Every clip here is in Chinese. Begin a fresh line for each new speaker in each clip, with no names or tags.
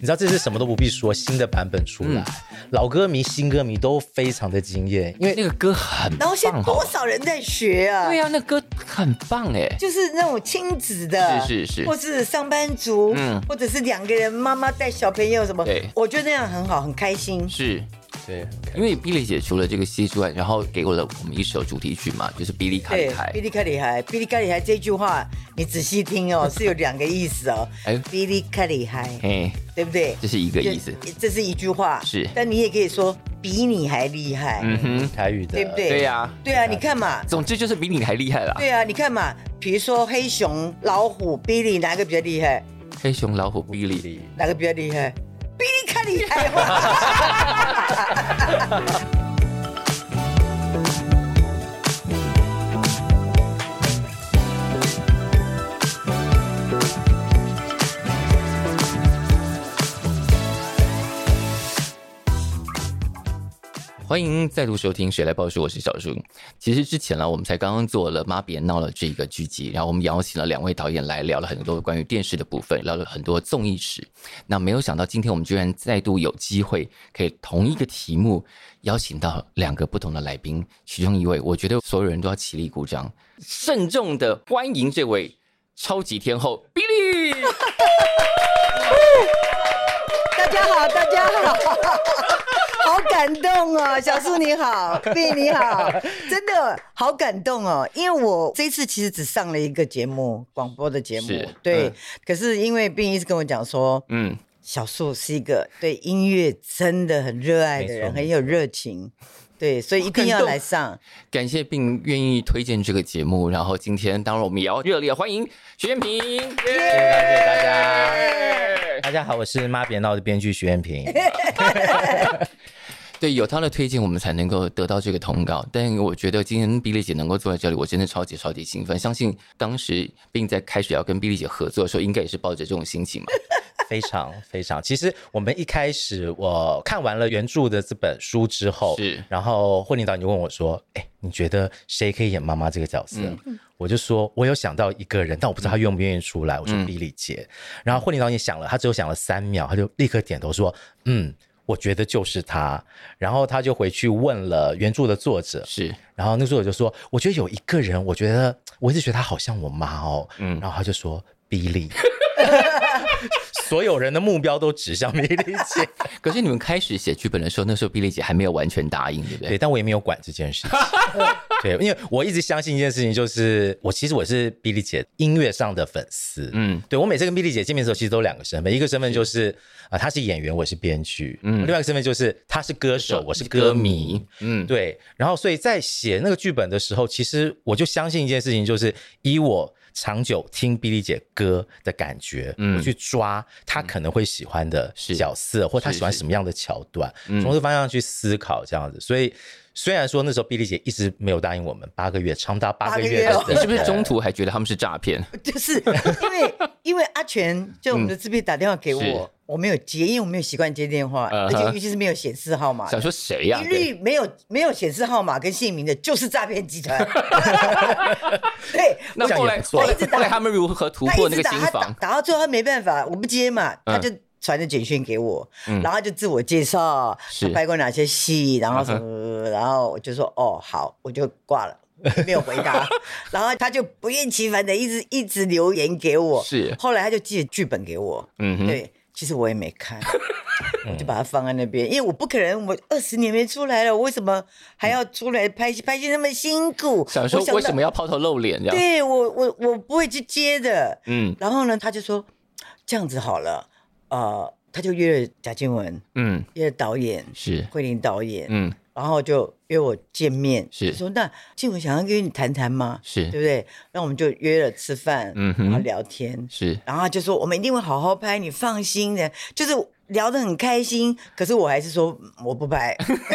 你知道这是什么都不必说，新的版本出
嗯
来，老歌迷、新歌迷都非常的惊艳，因为
那个歌很
然
棒
后现在
好啊
多
不好
少人在学啊？
对啊，那歌很棒哎，
就是那种亲子的，
是是是
或是上班族，
嗯
或者是两个人妈妈带小朋友什么，
对
我觉得那样很好，很开心。
是。
对，
因为比利姐除了这个戏之外，然后给我了我们一首主题曲嘛，就是《比利卡
对
里海》
哔。哩卡里嗨，哔哩卡里嗨这句话，你仔细听 哦，是有两个意思哦。
哎
哔哩卡里嗨，
嘿，
对不对？
这是一个意思。
这这是一句话，
是
但你也可以说比你还厉害，
嗯哼，
台语的，
对不对？
对呀、
对啊，你看嘛，
总之就是比你还厉害啦。
对啊，你看嘛，比如说黑熊、老虎、比利哪个比较厉害？
黑熊、老虎、比利，
哪个比较厉害？比利卡厉害哇！
欢迎再度收听《谁来报数》，我是小树。其实之前呢，我们才刚刚做了《妈别闹了》这个剧集，然后我们邀请了两位导演来聊了很多关于电视的部分，聊了很多综艺史。那没有想到今天我们居然再度有机会，可以同一个题目邀请到两个不同的来宾，其中一位，我觉得所有人都要起立鼓掌，慎重的欢迎这位超级天后比利。
大家好，大家好， 好感动哦！小树你好，B 你好，真的好感动哦！因为我这一次其实只上了一个节目，广播的节目
是，
对。
嗯
可是因为 B 一直跟我讲说，
嗯，
小树是一个对音乐真的很热爱的
没
人，
错
很有热情，对，所以一定
好感
要
动
来上。
感谢并愿意推荐这个节目，然后今天当然我们也要热烈欢迎徐建平，
谢
谢谢
谢大家大家。大家好，我是妈别闹的编剧徐艳 平。
对，有他的推荐，我们才能够得到这个通告。但我觉得今天碧丽姐能够坐在这里，我真的超级超级兴奋。相信当时并在开始要跟碧丽姐合作的时候，应该也是抱着这种心情嘛。
非常非常。其实我们一开始我看完了原著的这本书之后，
是
然后婚礼导演就问我说：“哎、你觉得谁可以演妈妈这个角色？”我就说：“我有想到一个人，但我不知道他愿不愿意出来。我说：“比利姐。然后婚礼导演想了，他只有想了三秒，他就立刻点头说：“嗯。”我觉得就是他，然后他就回去问了原著的作者，
是，
然后那作者就说：“我觉得有一个人，我觉得我一直觉得他好像我妈哦。”嗯，然后他就说：“比利。” 所有人的目标都指向比利姐，
可是你们开始写剧本的时候，那时候碧丽姐还没有完全答应，对不对？
对，但我也没有管这件 事情。对，因为我一直相信一件事情，就是我其实我是比利姐音乐上的粉丝。
嗯
嗯，对我每次跟比利姐见面的时候，其实都有两个身份，一个身份就是啊、呃她是演员，我是编剧；嗯，另外一个身份就是她是歌
啊
手，我是歌迷。
嗯，
对，然后所以在写那个剧本的时候，其实我就相信一件事情，就是以我长久听比利姐歌的感觉，
嗯
我去抓她可能会喜欢的
是
角色，或她
是
喜欢
是嗯
什么样的桥段，从这方向去思考这样子。所以虽然说那时候比利姐一直没有答应我们八个月，长达八
八
个
个
月
月
的
哦
等待，
哎你是不是中途还觉得他们是诈骗？
就是因为因为阿全就我们的制片打电话给
是
我，我没有接，因为我没有习惯接电话，
嗯
而
哼
且尤其是没有显示号码的，
想说谁呀、
哎一
对
律没有没有显示号码跟姓名的，就是诈骗集团。 对，
那后来
我
后来
一直打
后来他们如何突
他
破
一
那
直
个
打
心
他打
防？
打到最后他没办法，我不接嘛，
嗯
他就传了简讯给我，然后他就自我介绍，
是嗯
他拍过哪些戏，然后什么，然后我就说哦好，我就挂了。没有回 答，然后他就不厌其烦的一直一直留言给我，
是
后来他就寄剧本给我，
嗯哼，嗯
对，其实我也没 看，我就把它放在那边，因为我不可能，我二十年没出来了，我为什么还要出来拍戏？拍戏那么辛苦，
想说
我到
为什么？要抛头露脸这样？
对我，我我不会去接的。
嗯
然后呢，他就说这样子好了，呃，他就约了贾静雯，
嗯，
约了导演
是，
慧玲导演，
嗯
然后就约我见面，
是
他说那静雯想要跟你谈谈吗？对不
是
对？那我们就约了吃饭，
嗯哼
然后聊天，
是，
然后他就说我们一定会好好拍，你放心的，就是聊得很开心。可是我还是说嗯我不 拍。
最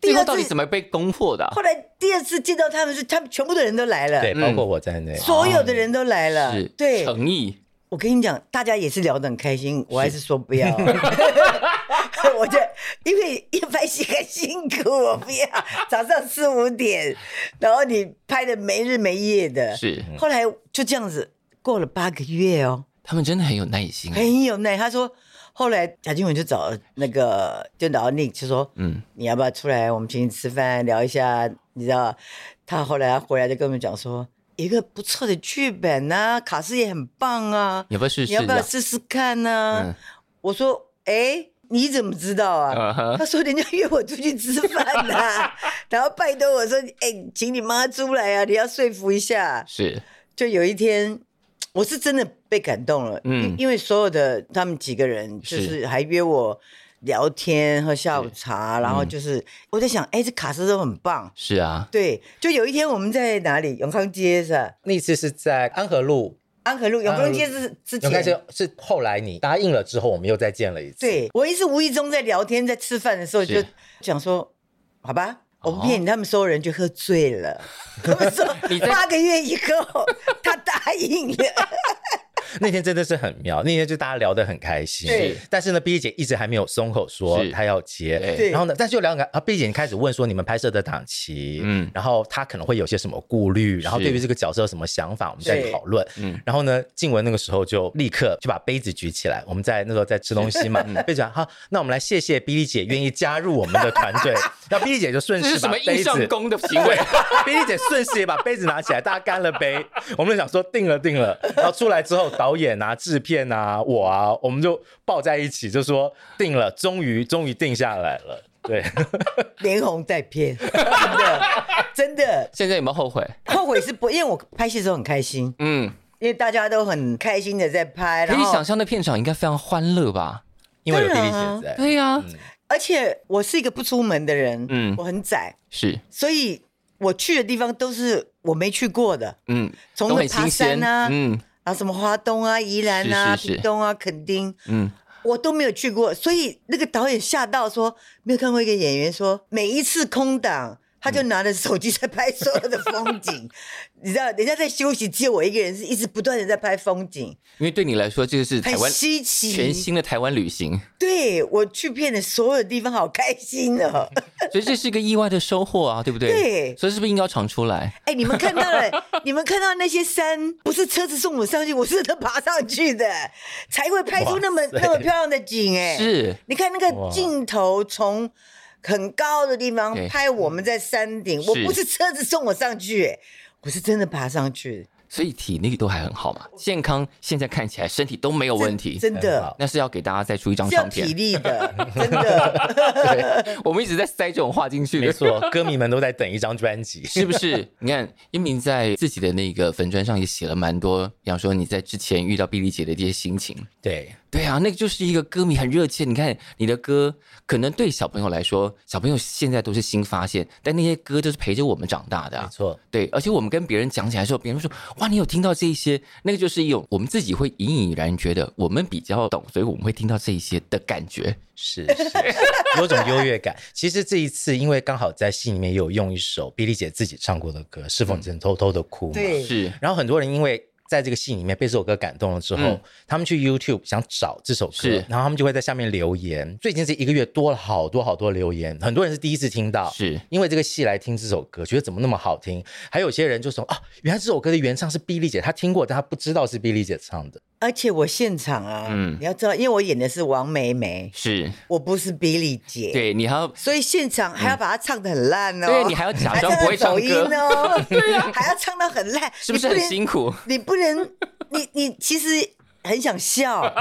第
后
二
到底
次，
怎么被攻破的啊、
后来第二次见到他们是，他们全部的人都来 了，
对，
嗯
包括我在内。
所有的人都来了。
哦是
对，
诚意，
我跟你讲，大家也是聊得很开心，我还是说不要。我就因为一拍戏很辛苦，我不要早上四五点，然后你拍的没日没夜的，
是
后来就这样子过了八个月哦，
他们真的很有耐心、欸。
很有耐。他说，后来贾静雯就找那个，就找 Nick，就说，
嗯，
你要不要出来？我们请你吃饭，聊一下。你知道，他后来他回来就跟我们讲说，一个不错的剧本呐、卡斯也很棒啊，
你要不要试
你
试？
要不要试试看呢、
嗯
我说，哎、你怎么知道啊？
啊哈
他说人家约我出去吃饭呐、 然后拜托我说，哎、请你妈出来啊，你要说服一下。
是，
就有一天，我是真的被感动了，
嗯
嗯，因为所有的他们几个人就是还约我聊天、喝下午茶，然
嗯
后就是、我在想，哎、这卡斯都很棒。
是啊，
对，就有一天我们在哪里？永康街是吧？
那次是在安和路，
安和路，永康街
安和
是之
应该
前。
是是后来你答应了之后，我们又再见了一次。
对，我一次无意中在聊天，在吃饭的时候就是想说，好吧，我不
哦
骗你，他们所有人就喝醉了。 他们说八个月以后 他答应了，
那天真的是很妙，那天就大家聊得很开心。
对
但是呢，B 姐一直还没有松口说
是
她要接。
对
然后呢，但是又聊啊，B 姐开始问说你们拍摄的档期，
嗯
嗯，然后她可能会有些什么顾虑，然后
是
对于这个角色有什么想法，我们再
对
讨论。
嗯
嗯，然后呢，静雯那个时候就立刻就把杯子举起来，我们在那时候在吃 东西嘛，杯子讲好，那我们来谢谢 B 姐愿意加入我们的团 队。那 B 姐就顺
这
势
是什
把
么
杯
硬
子
上弓的行 为？
冰姐顺势也把杯子拿起来，大家干了杯。我们就想说定了定了，然后出来之后，导演啊、制片啊、我啊，我们就抱在一起，就说定了，终于终于定下来了。对，
连哄带骗，真的真的
现在有没有后悔？
后悔是不，因为我拍戏的时候很开心，
嗯，
因为大家都很开心的在拍，
可
然
以
后
想象那片场应该非常欢乐吧？嗯
因为有
当
冰
然
姐
啊
在，
对呀、
而且我是一个不出门的人，
嗯
嗯，我很窄，
是，
所以我去的地方都是我没去过的，
嗯，
从
都
那
很
爬
新鲜
山啊，
嗯
啊，什么花东啊、宜兰啊、
是是是
屏东啊、垦丁，
嗯，
我都没有去过，所以那个导演吓到说，没有看过一个演员说，每一次空档，他就拿着手机在拍所有的风景，你知道，人家在休息，只有我一个人是一直不断的在拍风景，
因为对你来说，这个是台
很
湾
稀奇。
全新的台湾旅行，
对我去遍了所有地方，好开心哦！
所以这是一个意外的收获啊，对不对？
对
所以是不是应该要常出来？
哎，你们看到了， 你们看到那些山，不是车子送我上去，我是真的爬上去的，才会拍出那么
哇塞
那么漂亮的景哎、
是，
你看那个
哇
镜头从很高的地方
对嗯
拍我们在山顶，
是
我不是车子送我上去、欸我是真的爬上去，
所以体力都还很好嘛，健康现在看起来身体都没有问题。
真
很好
的
那是要给大家再出一张
是要
唱
体
片，
力的， 真的。
我们一直在塞这种话进去，
没错，歌迷们都在等一张专辑。
是不是？你看，英明在自己的那个粉砖上也写了蛮多，比方说你在之前遇到碧丽姐的这些心情。
对，
对啊，那个就是一个歌迷很热切。你看你的歌，可能对小朋友来说，小朋友现在都是新发现，但那些歌都是陪着我们长大的、
没
啊。
错，
对，而且我们跟别人讲起来的时候，别人说：“哇，你有听到这一些？”那个就是一种我们自己会隐隐然觉得我们比较懂，所以我们会听到这一些的感觉。
是是，是有种优越感。其实这一次，因为刚好在戏里面也有用一首碧丽姐自己唱过的歌《是否只能偷偷的哭》嘛，
对
是，
然后很多人因为在这个戏里面被这首歌感动了之后，
嗯
他们去 YouTube 想找这首歌
是，
然后他们就会在下面留言。最近这一个月多了好多好多留言，很多人是第一次听到，
是
因为这个戏来听这首歌，觉得怎么那么好听。还有些人就说啊，原来这首歌的原唱是碧丽姐，她听过，但她不知道是碧丽姐唱的。
而且我现场啊，
嗯
你要知道，因为我演的是王梅梅，
是，
我不是比利姐，
对你还要
所以现场还要把它唱的很烂哦，
对你还要假装不会唱
还唱
歌啊
到走 音，哦，对呀，还要唱到很烂，
是不是很
你能
辛苦？
你不能， 你你其实很 想笑，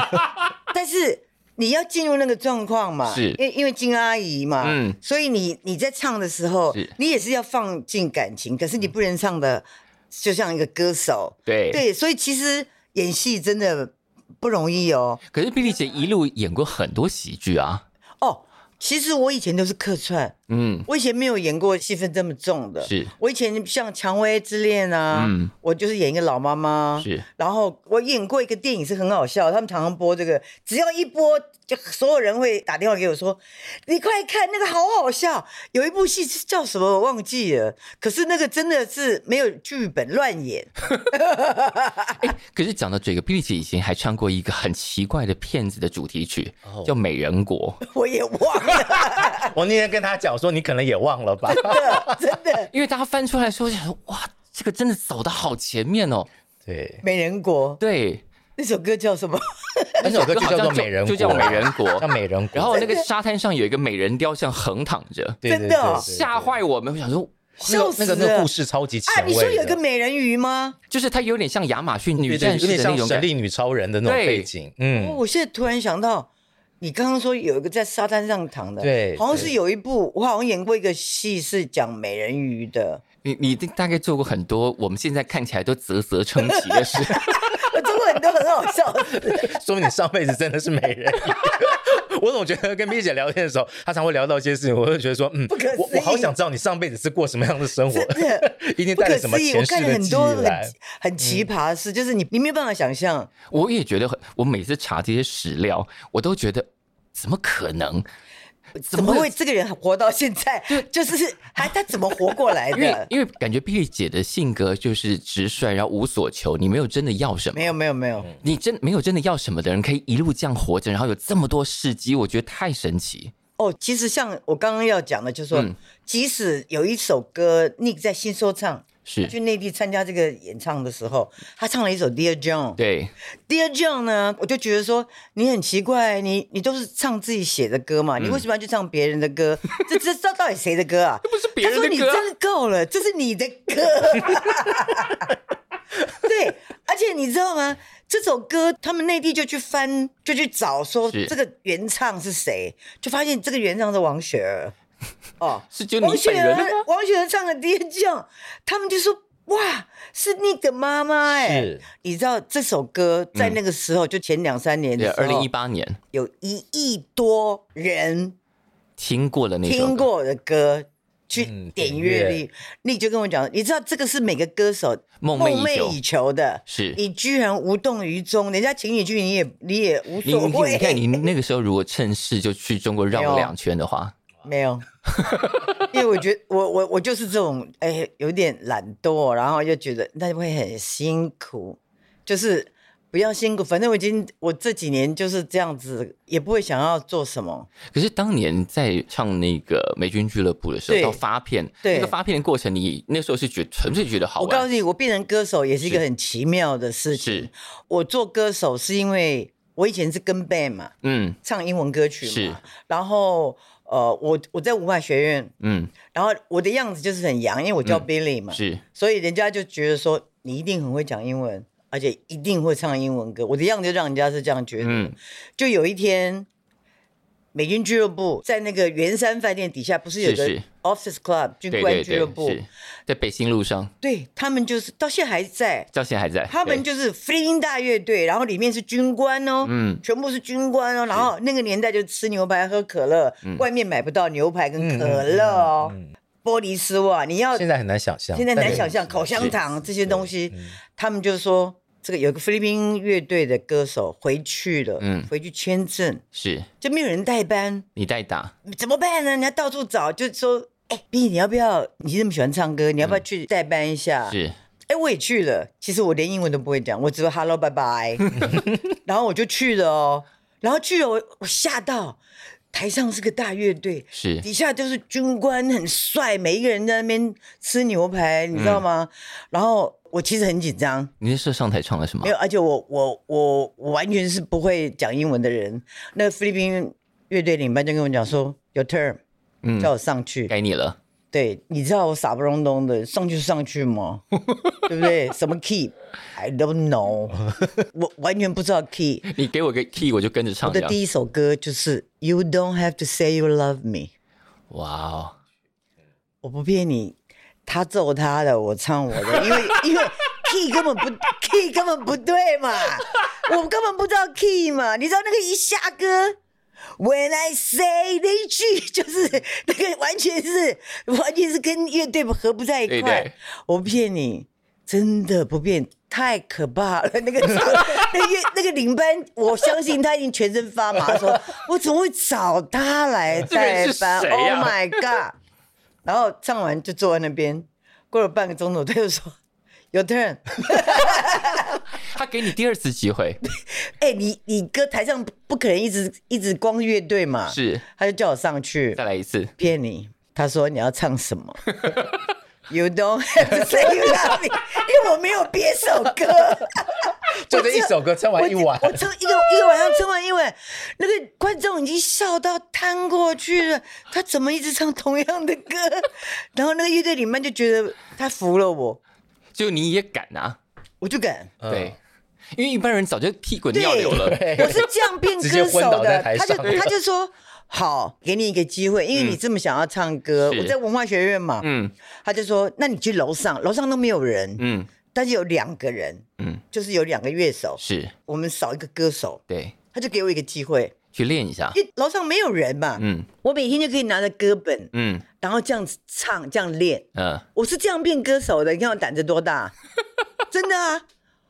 但是你要进入那个状况嘛，
是
因为因为金阿姨嘛，
嗯
所以你你在唱的时候
是，嗯
你也是要放进感情，可是你不能唱的就像一个歌手，
对
对，所以其实演戏真的不容易哦，
可是碧丽姐一路演过很多喜剧啊，
哦。其实我以前都是客串，
嗯，
我以前没有演过戏份这么重的。
是
我以前像《蔷薇之恋》啊，
嗯
我就是演一个老妈妈。
是
然后我演过一个电影是很好笑，他们常常播这个，只要一播，就所有人会打电话给我说：“你快看那个好好笑。”有一部戏是叫什么我忘记了，可是那个真的是没有剧本乱演，
哎可是讲到这个，碧丽姐以前还唱过一个很奇怪的片子的主题曲，
哦
叫《美人国》，
我也忘了，
我那天跟她讲说，你可能也忘了吧？
真的
因为大家翻出来的时候我想说，哇，这个真的走的好前面哦。
对，
美人国。
对，
那首歌叫什么？
那首歌就叫做《美人
就
国》，啊
叫《美人国。
叫》《美人国》。
然后那个沙滩上有一个美人雕像横躺着，
对对对
真的哦
对对对
吓坏我们。我想说，
那
笑
个
死
那
了！
个那个故事超级
啊，
前卫
你
的，
说有一个美人鱼吗？
就是它有点像亚马逊女
对对
战
有
士
点
的那
像
种
神
感觉。
力女超人的那种
对
背景，嗯
哦，，我现在突然想到，你刚刚说有一个在沙滩上躺的，
对
好像
对
是有一部，我好像演过一个戏是讲美人鱼的，
你你大概做过很多我们现在看起来都啧啧称奇 的事，
我中文都很好笑。
说明你上辈子真的是美人鱼。 我总觉得跟 B 姐聊天的时候，她常会聊到一些事情，我就觉得说，嗯
不可，
我
思议
我好想知道你上辈子是过什么样的生活
真的，
一定
不
带
可
了什么
思议，我
前
看
世的
了很
记
多
忆
很
来。嗯
很奇葩的事，就是你你没有办法想象，
我也觉得很，我每次查这些史料，我都觉得怎么可能？
怎么会这个人活到现在，就是还他怎么活过来
因为
的？
因为感觉碧丽姐的性格就是直率，然后无所求，你没有真的要什么
没，有没有没
嗯
有，
你真没有真的要什么的人，可以一路这样活着，然后有这么多事迹，我觉得太神奇。
哦，其实像我刚刚要讲的，就是说
嗯，
即使有一首歌 Nick 在新说唱。他
是
去内地参加这个演唱的时候，他唱了一首《Dear John》。
对，
Dear John 呢，我就觉得说你很奇怪，你你都是唱自己写的歌嘛，你
嗯
为什么要去唱别人的歌？ 这这这到底谁的歌啊？这不
是别人的歌啊
他说你真的够了，这是你的歌。 对，而且你知道吗？这首歌他们内地就去翻，就去找说
是
这个原唱是谁，就发现这个原唱是王雪儿。哦，
是就你
王雪
本人的
儿，王雪儿唱的《Dear John》，他们就说哇，是 Nick 的妈妈哎、
是
你知道这首歌在那个时候，就前两三年的
嗯对，
时
二
候，
零一八年
有一亿多人
听过了那首歌
听，过我的歌。
嗯
去点
点
阅
阅
率，你就跟我讲，你知道这个是每个歌手
梦寐以
梦寐
求
以求的，
是
你居然无动于衷，人家请你去，你也你也无
你
所
你
谓。
你看，你那个时候如果趁势就去中国绕了两圈的 话，
没有，因为我觉得我我我就是这种哎，有点懒惰，然后又觉得那会很辛苦，就是不要辛苦。反正我已经我这几年就是这样子，也不会想要做什么。
可是当年在唱那个美军俱乐部的时候，
对
到发片，
对
那个发片的过程，你那时候是觉纯粹觉得好
我告诉
玩，
你，我变成歌手也是一个
是
很奇妙的事情
是。
我做歌手是因为我以前是跟 band 嘛，
嗯
唱英文歌曲嘛，
是
然后呃，我我在文化学院，
嗯，
然后我的样子就是很洋，因为我叫
嗯
Billy 嘛，
是
所以人家就觉得说你一定很会讲英文，而且一定会唱英文歌。我的样子就让人家是这样觉得。
嗯
就有一天，美军俱乐部在那个圆山饭店底下，不是有个
是是
Office Club 军
对
官
对
俱乐
对，
部？
是在北新路上，
对他们就是到现在还在。
到现在还在，
他们
对
就是飞鹰大乐队，然后里面是军官哦，
嗯
全部是军官哦，然后那个年代就吃牛排喝可乐，外面买不到牛排
嗯
跟可乐哦，玻璃丝袜，你要
现在很难想象，
现在
但
难
是
想象口香糖这些东西，他们就说这个有个菲律宾乐队的歌手回去了，
嗯
回去签证
是
就没有人代班，
你代打，
怎么办呢？人家到处找，就说。哎，B，你要不要？你那么喜欢唱歌，你要不要去代班一下？
是
哎，我也去了。其实我连英文都不会讲，我只会 hello bye bye，然后我就去了哦。然后去了，我我吓到，台上是个大乐队，
是
底下就是军官，很帅，每一个人在那边吃牛排，你知
嗯
道吗？然后我其实很紧张，
你那时候上台唱了什么
没？有，而且我我我我完全是不会讲英文的人。那菲律宾乐队领班就跟我讲说，Your turn，
嗯
叫我上去。
该你了，
对，你知道我傻不隆咚的，上去就上去吗？对不对？什么 key？I don't know，我完全不知道 key。
你给我个 key，我就跟着
我
唱这
的
样。
第一首歌就是《You Don't Have to Say You Love Me》。
哇哦，
我不骗你，他揍他的，我唱我的，因为 因为 key 根本不 key 根本不对嘛，我根本不知道 key 嘛，你知道那个一下歌。When I say 那一句就是 那个完全是完全是跟乐队合不在一块，
对对
我不骗你，真的不骗，太可怕了。那个那个那个领班，我相信他已经全身发麻，说 我怎么会找他来
这个人
代
是
班、
谁啊
o h
呀
，Oh my god！然 后唱完就坐在那边，过了半个钟头，他就说 Your turn，
他给你第二次机 会，
哎、你你歌台上不不可能一直一直光乐队嘛，，
是
他就叫我上去
再来一次。
骗你，他说你要唱什 么？You don't have to say you love me，因为我没有别首歌，
就这一首歌撑完一晚
我，我撑一个一个晚上撑完一晚，那个观众已经笑到瘫过去了。他怎么一直唱同样的歌？ 然后那个乐队里面就觉得他服了我，
就你也敢啊？
我就敢。
嗯
对，因为一般人早就屁滚尿流了。
对
我是这样变
直接
歌
昏
手
倒在
的，
台
他就
上
他就说好，给你一个机会，因为你这么想要唱歌。
嗯是
我在文化学院嘛，
嗯
他就说那你去楼上，楼上都没有人，
嗯
但是有两个人，
嗯，
就是有两个乐手，
是
我们少一个歌手，
对，
他就给我一个机会，
去练一下。
因为楼上没有人嘛，
嗯
我每天就可以拿着歌本，
嗯
然后这样子唱，这样练。
嗯，
我是这样变歌手的，你看我胆子多大， 真的啊。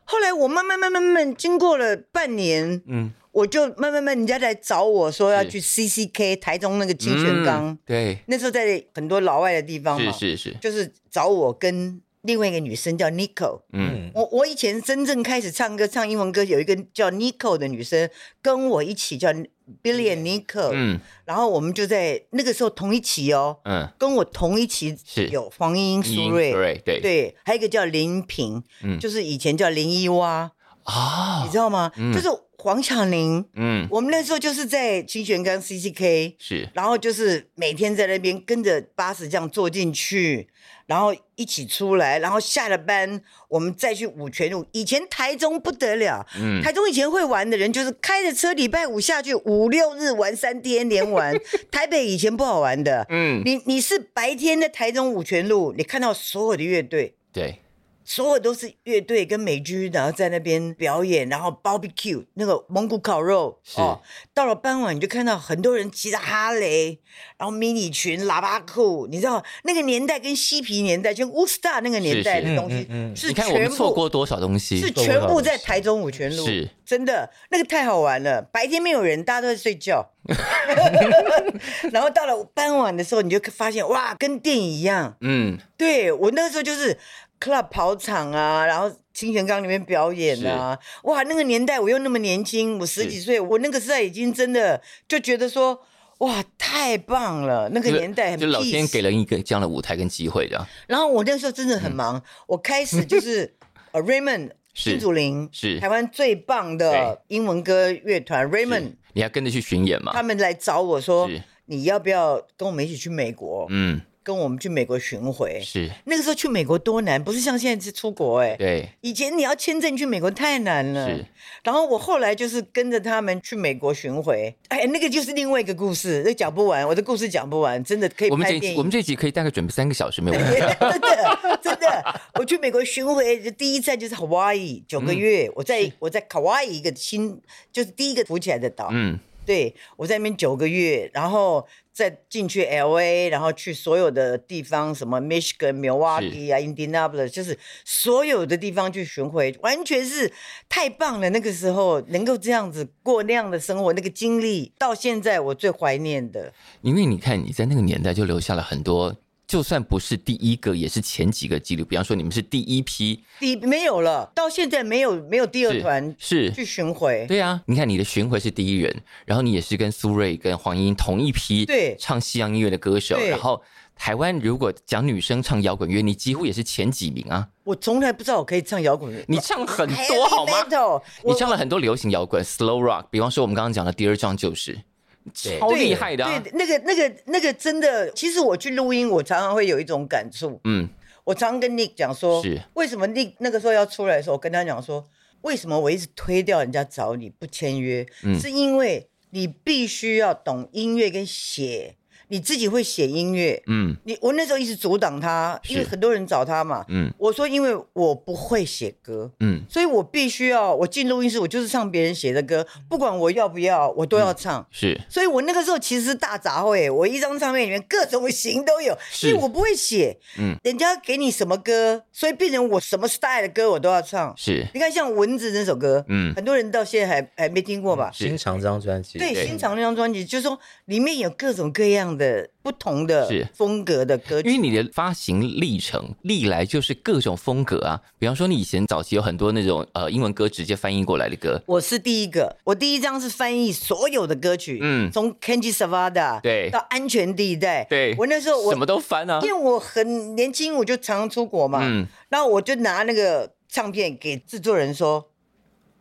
后来我慢慢慢慢慢，经过了半年，
嗯，
我就慢慢慢，人家来找我说要
是
去 CCK 台中那个清泉岗，
嗯对，
那时候在很多老外的地方
是
嘛，
是是，
就是找我跟另外一个女生叫 Nico。
嗯
嗯，
我我以前真正开始唱歌唱英文歌，有一个叫 Nico 的女生跟我一起叫 Billy and Nico，、
嗯
然后我们就在那个时候同一期哦，
嗯，
跟我同一期
是
有黄莺、苏芮，
对对
对，还有一个叫林平，
嗯
就是以前叫林一蛙，
啊
你，知道吗？
嗯
就是黄巧玲，
嗯
我们那时候就是在清泉岗 CCK，
是
然后就是每天在那边跟着巴士这样坐进去，然后一起出来，然后下了班我们再去五泉路。以前台中不得了，
嗯
台中以前会玩的人就是开着车礼拜五下去，五六日玩三天 连玩。台北以前不好玩的，
嗯
你你是白天在台中五泉路，你看到所有的乐队。
对，
所有都是乐队跟美军，然后在那边表演，然后 barbecue 那个蒙古烤肉哦
是。
到了傍晚，你就看到很多人骑着哈雷，然后迷你裙、喇叭裤，你知道那个年代跟嬉皮年代，就乌斯达那个年代
是
是
的东西
嗯嗯嗯
是
你看我
全
们
部
错过多少东西？
是
错过
全
到
部
的
在
是
台中五泉路，
是
真的，那个太好玩了。白天没有人，大家都在睡 觉，然后到了傍晚的时候，你就发现哇，跟电影一样。
嗯
对我那个时候就是 club 跑场啊，然后清泉岗里面表演啊，哇，那个年代我又那么年轻，我十几岁，我那个时代已经真的就觉得说。哇，太棒了！那个
就
年代很
就老天
peace
给了一个这样的舞台跟机会的，
然后我那时候真的很忙，我开始就是 呃 Raymond
嗯是
金主林
是
台湾最棒的英文歌乐团 Raymond，
你还跟着去巡演嘛
他？们来找我说
是
你要不要跟我们一起去美国，
嗯，
跟我们去美国巡回。
是，
那个时候去美国多难，不是像现在是出国哎、
对，
以前你要签证去美国太难了
是，
然后我后来就是跟着他们去美国巡回，哎，那个就是另外一个故事，那讲不完，我的故事讲不完，真的可以
我们这
拍
一
电
集
影。
我们这一集可以大概准备三个小时没有问题。
真的真的，我去美国巡回第一站就是 Hawaii 九个月，
嗯
我在我在 Kauai 一个新就是第一个浮起来的岛，
嗯，
对我在那边九个月，然后再进去 L A，然后去所有的地方，什么 Michigan、Milwaukee 啊、Indianapolis，就是所有的地方去巡回，完全是太棒了。那个时候能够这样子过那样的生活，那个经历到现在我最怀念的。
因为你看你在那个年代就留下了很多，就算不是第一个，也是前几个记录。比方说你们是第一批，
第没有了，到现在没有没有第二
是
团
是
去巡回。
对啊，你看你的巡回是第一人，然后你也是跟苏芮、跟黄莺同一批
对
唱西洋音乐的歌手，
对
然后台湾如果讲女生唱摇滚乐，你几乎也是前几名啊，
我从来不知道我可以唱摇滚乐，
你唱很
Heavy
多好吗？
metal，
你
我
唱了很多流行摇滚、slow rock，比方说我们刚刚讲的《第二章》就是
对
超厉害的、啊
对，，那个、那个、那个，真的，其实我去录音，我常常会有一种感触。
嗯，
我常常跟 Nick 讲说
是，
为什么 Nick 那个时候要出来的时候，我跟他讲说，为什么我一直推掉人家找你不签约，
嗯
是因为你必须要懂音乐跟写，你自己会写音乐。
嗯
你我那时候一直阻挡他，因为
是
很多人找他嘛。
嗯
我说，因为我不会写歌，
嗯，
所以我必须要，我进录音室，我就是唱别人写的歌，
嗯
不管我要不要，我都要唱。
是
所以我那个时候其实是大杂烩，我一张唱片里面各种型都有，
是
因为我不会写，
嗯
人家给你什么歌，所以变成我什么 style 的歌我都要唱。
是，
你看像《蚊子》那首歌，
嗯
很多人到现在还还没听过吧？
新长这张专辑，
对，
对
新潮那张专辑，就是说里面有各种各样的不同的
是
风格的歌
因
曲，
为你的发行历程历来就是各种风格啊，比方说你以前早期有很多那种呃英文歌直接翻译过来的歌，
我是第一个，我第一张是翻译所有的歌曲，
嗯
从 Kenji Savada
对
到安全地带，
对
我那时候我
什么都翻啊
因，为我很年轻，我就常常出国嘛，
嗯
然后我就拿那个唱片给制作人说，